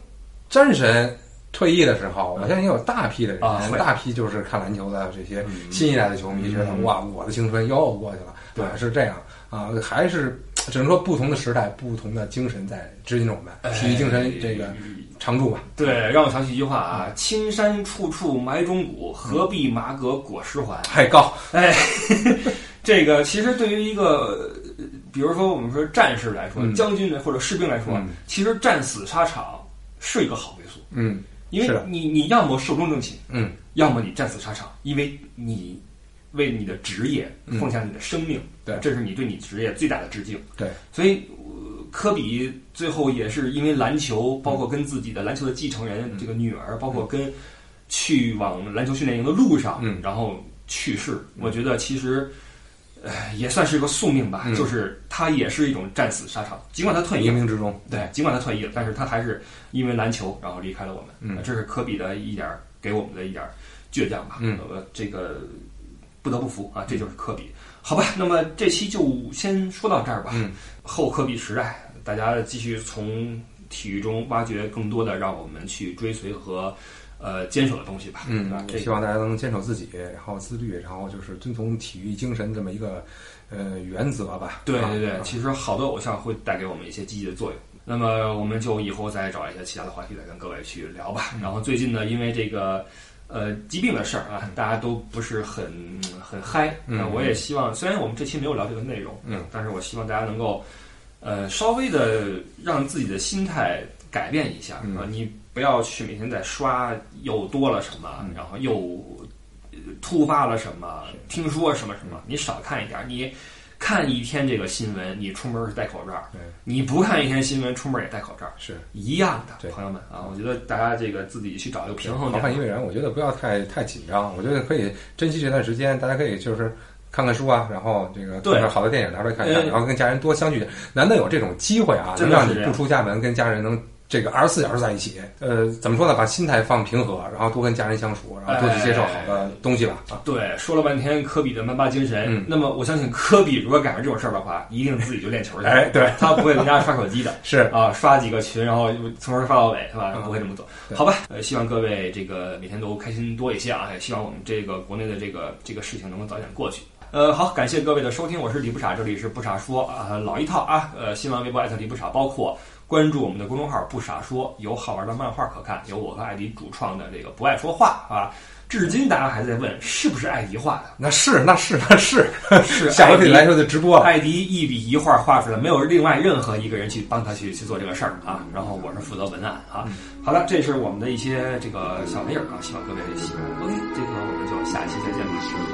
Speaker 3: 詹神退役的时候，
Speaker 2: 嗯
Speaker 3: 我相信有大批的人，
Speaker 2: 啊会
Speaker 3: 大批就是看篮球的这些
Speaker 2: 嗯
Speaker 3: 新一代的球迷觉得、
Speaker 2: 嗯
Speaker 3: 哇，我的青春又过去了，
Speaker 2: 对
Speaker 3: 啊是这样啊，还是只能说不同的时代、不同的精神在指引着我们。
Speaker 2: 哎
Speaker 3: 体育精神这个常驻吧。
Speaker 2: 对，让我想起一句话啊：“青山处处埋忠骨，何必麻革裹尸还。”
Speaker 3: 太高，
Speaker 2: 哎， *laughs* 这个其实对于一个，呃比如说我们说战士来说，
Speaker 3: 嗯
Speaker 2: 将军来或者士兵来说，
Speaker 3: 嗯
Speaker 2: 其实战死沙场是一个好归宿，
Speaker 3: 嗯
Speaker 2: 因
Speaker 3: 是
Speaker 2: 为
Speaker 3: 的
Speaker 2: 你你要么寿终正寝，
Speaker 3: 嗯，
Speaker 2: 要么你战死沙场，因为你为你的职业
Speaker 3: 嗯
Speaker 2: 奉献你的生命，
Speaker 3: 对
Speaker 2: 这是你对你职业最大的致敬。
Speaker 3: 对，
Speaker 2: 所以。呃科比最后也是因为篮球，包括跟自己的篮球的继承人、这个女儿，包括跟去往篮球训练营的路上，
Speaker 3: 嗯
Speaker 2: 然后去世。我觉得其实，呃，也算是个宿命吧，
Speaker 3: 嗯
Speaker 2: 就是他也是一种战死沙场。尽管他退役
Speaker 3: 冥
Speaker 2: 了，
Speaker 3: 冥之中，
Speaker 2: 对，尽管他退役了，但是他还是因为篮球然后离开了我们。
Speaker 3: 嗯
Speaker 2: 这是科比的一点儿给我们的一点儿倔强吧。
Speaker 3: 嗯
Speaker 2: 呃，这个不得不服啊，这就是科比。好吧，那么这期就先说到这儿吧。
Speaker 3: 嗯，
Speaker 2: 后科比时代，大家继续从体育中挖掘更多的让我们去追随和呃坚守的东西吧。对吧
Speaker 3: 嗯，
Speaker 2: 啊这
Speaker 3: 希望大家都能坚守自己，然后自律，然后就是遵从体育精神这么一个呃原则吧。
Speaker 2: 对
Speaker 3: 啊
Speaker 2: 对对，
Speaker 3: 啊
Speaker 2: 其实好的偶像会带给我们一些积极的作用。那么我们就以后再找一些其他的话题再跟各位去聊
Speaker 3: 嗯
Speaker 2: 吧。然后最近呢，因为这个呃疾病的事儿啊，大家都不是很很嗨。
Speaker 3: 嗯
Speaker 2: 那我也希望，虽然我们这期没有聊这个内容，
Speaker 3: 嗯，
Speaker 2: 但是我希望大家能够呃稍微的让自己的心态改变一下
Speaker 3: 嗯
Speaker 2: 啊，你不要去每天在刷又多了什么
Speaker 3: 嗯，
Speaker 2: 然后又呃突发了什么，听说什么什
Speaker 3: 嗯
Speaker 2: 么，你少看一点儿，你。看一天这个新闻，你出门是戴口罩；
Speaker 3: 对
Speaker 2: 你不看一天新闻，出门也戴口罩，
Speaker 3: 是。
Speaker 2: 一样的，
Speaker 3: 对
Speaker 2: 朋友们啊！我觉得大家这个自己去找一个平衡
Speaker 3: 防
Speaker 2: 点啊
Speaker 3: 范于未然，我觉得不要太太紧张，我觉得可以珍惜这段时间，大家可以就是看看书啊，然后这个
Speaker 2: 对
Speaker 3: 看点好的电影拿出来看一看，
Speaker 2: 嗯
Speaker 3: 然后跟家人多相聚，难得有这种机会啊，
Speaker 2: 真
Speaker 3: 能
Speaker 2: 的是
Speaker 3: 让你
Speaker 2: 这样
Speaker 3: 不出家门，跟家人能。这个二十四小时在一起，呃，怎么说呢？把心态放平和，然后多跟家人相处，然后多去接受好
Speaker 2: 哎
Speaker 3: 的东西吧。啊，
Speaker 2: 对，说了半天科比的曼巴精神，
Speaker 3: 嗯
Speaker 2: 那么我相信科比如果赶上这种事儿的话，一定自己就练球去，
Speaker 3: 哎，对，
Speaker 2: 他不会在家刷手机的。
Speaker 3: 是，
Speaker 2: 啊，刷几个群，然后从头刷到尾，是吧？
Speaker 3: 嗯
Speaker 2: 不会这么做，
Speaker 3: 对
Speaker 2: 好吧？呃，希望各位这个每天都开心多一些啊，也希望我们这个国内的这个这个事情能够早点过去。呃，好，感谢各位的收听，我是李不傻，这里是不傻说啊、老一套啊，呃，新浪微博艾特李不傻，包括关注我们的公众号“不傻说”，有好玩的漫画可看，有我和艾迪主创的这个“不爱说话”啊。至今大家还在问是不是艾迪画
Speaker 3: 那是，那是，那是，
Speaker 2: 的，是
Speaker 3: *laughs* 下回
Speaker 2: 艾
Speaker 3: 可以
Speaker 2: 迪
Speaker 3: 来说就直播了。
Speaker 2: 艾迪一笔一画画出来，没有另外任何一个人去帮他去去做这个事儿啊。然后我是负责文案啊。好的，这是我们的一些这个小玩意儿啊，希望各位喜欢。OK，这个我们就下期再见吧。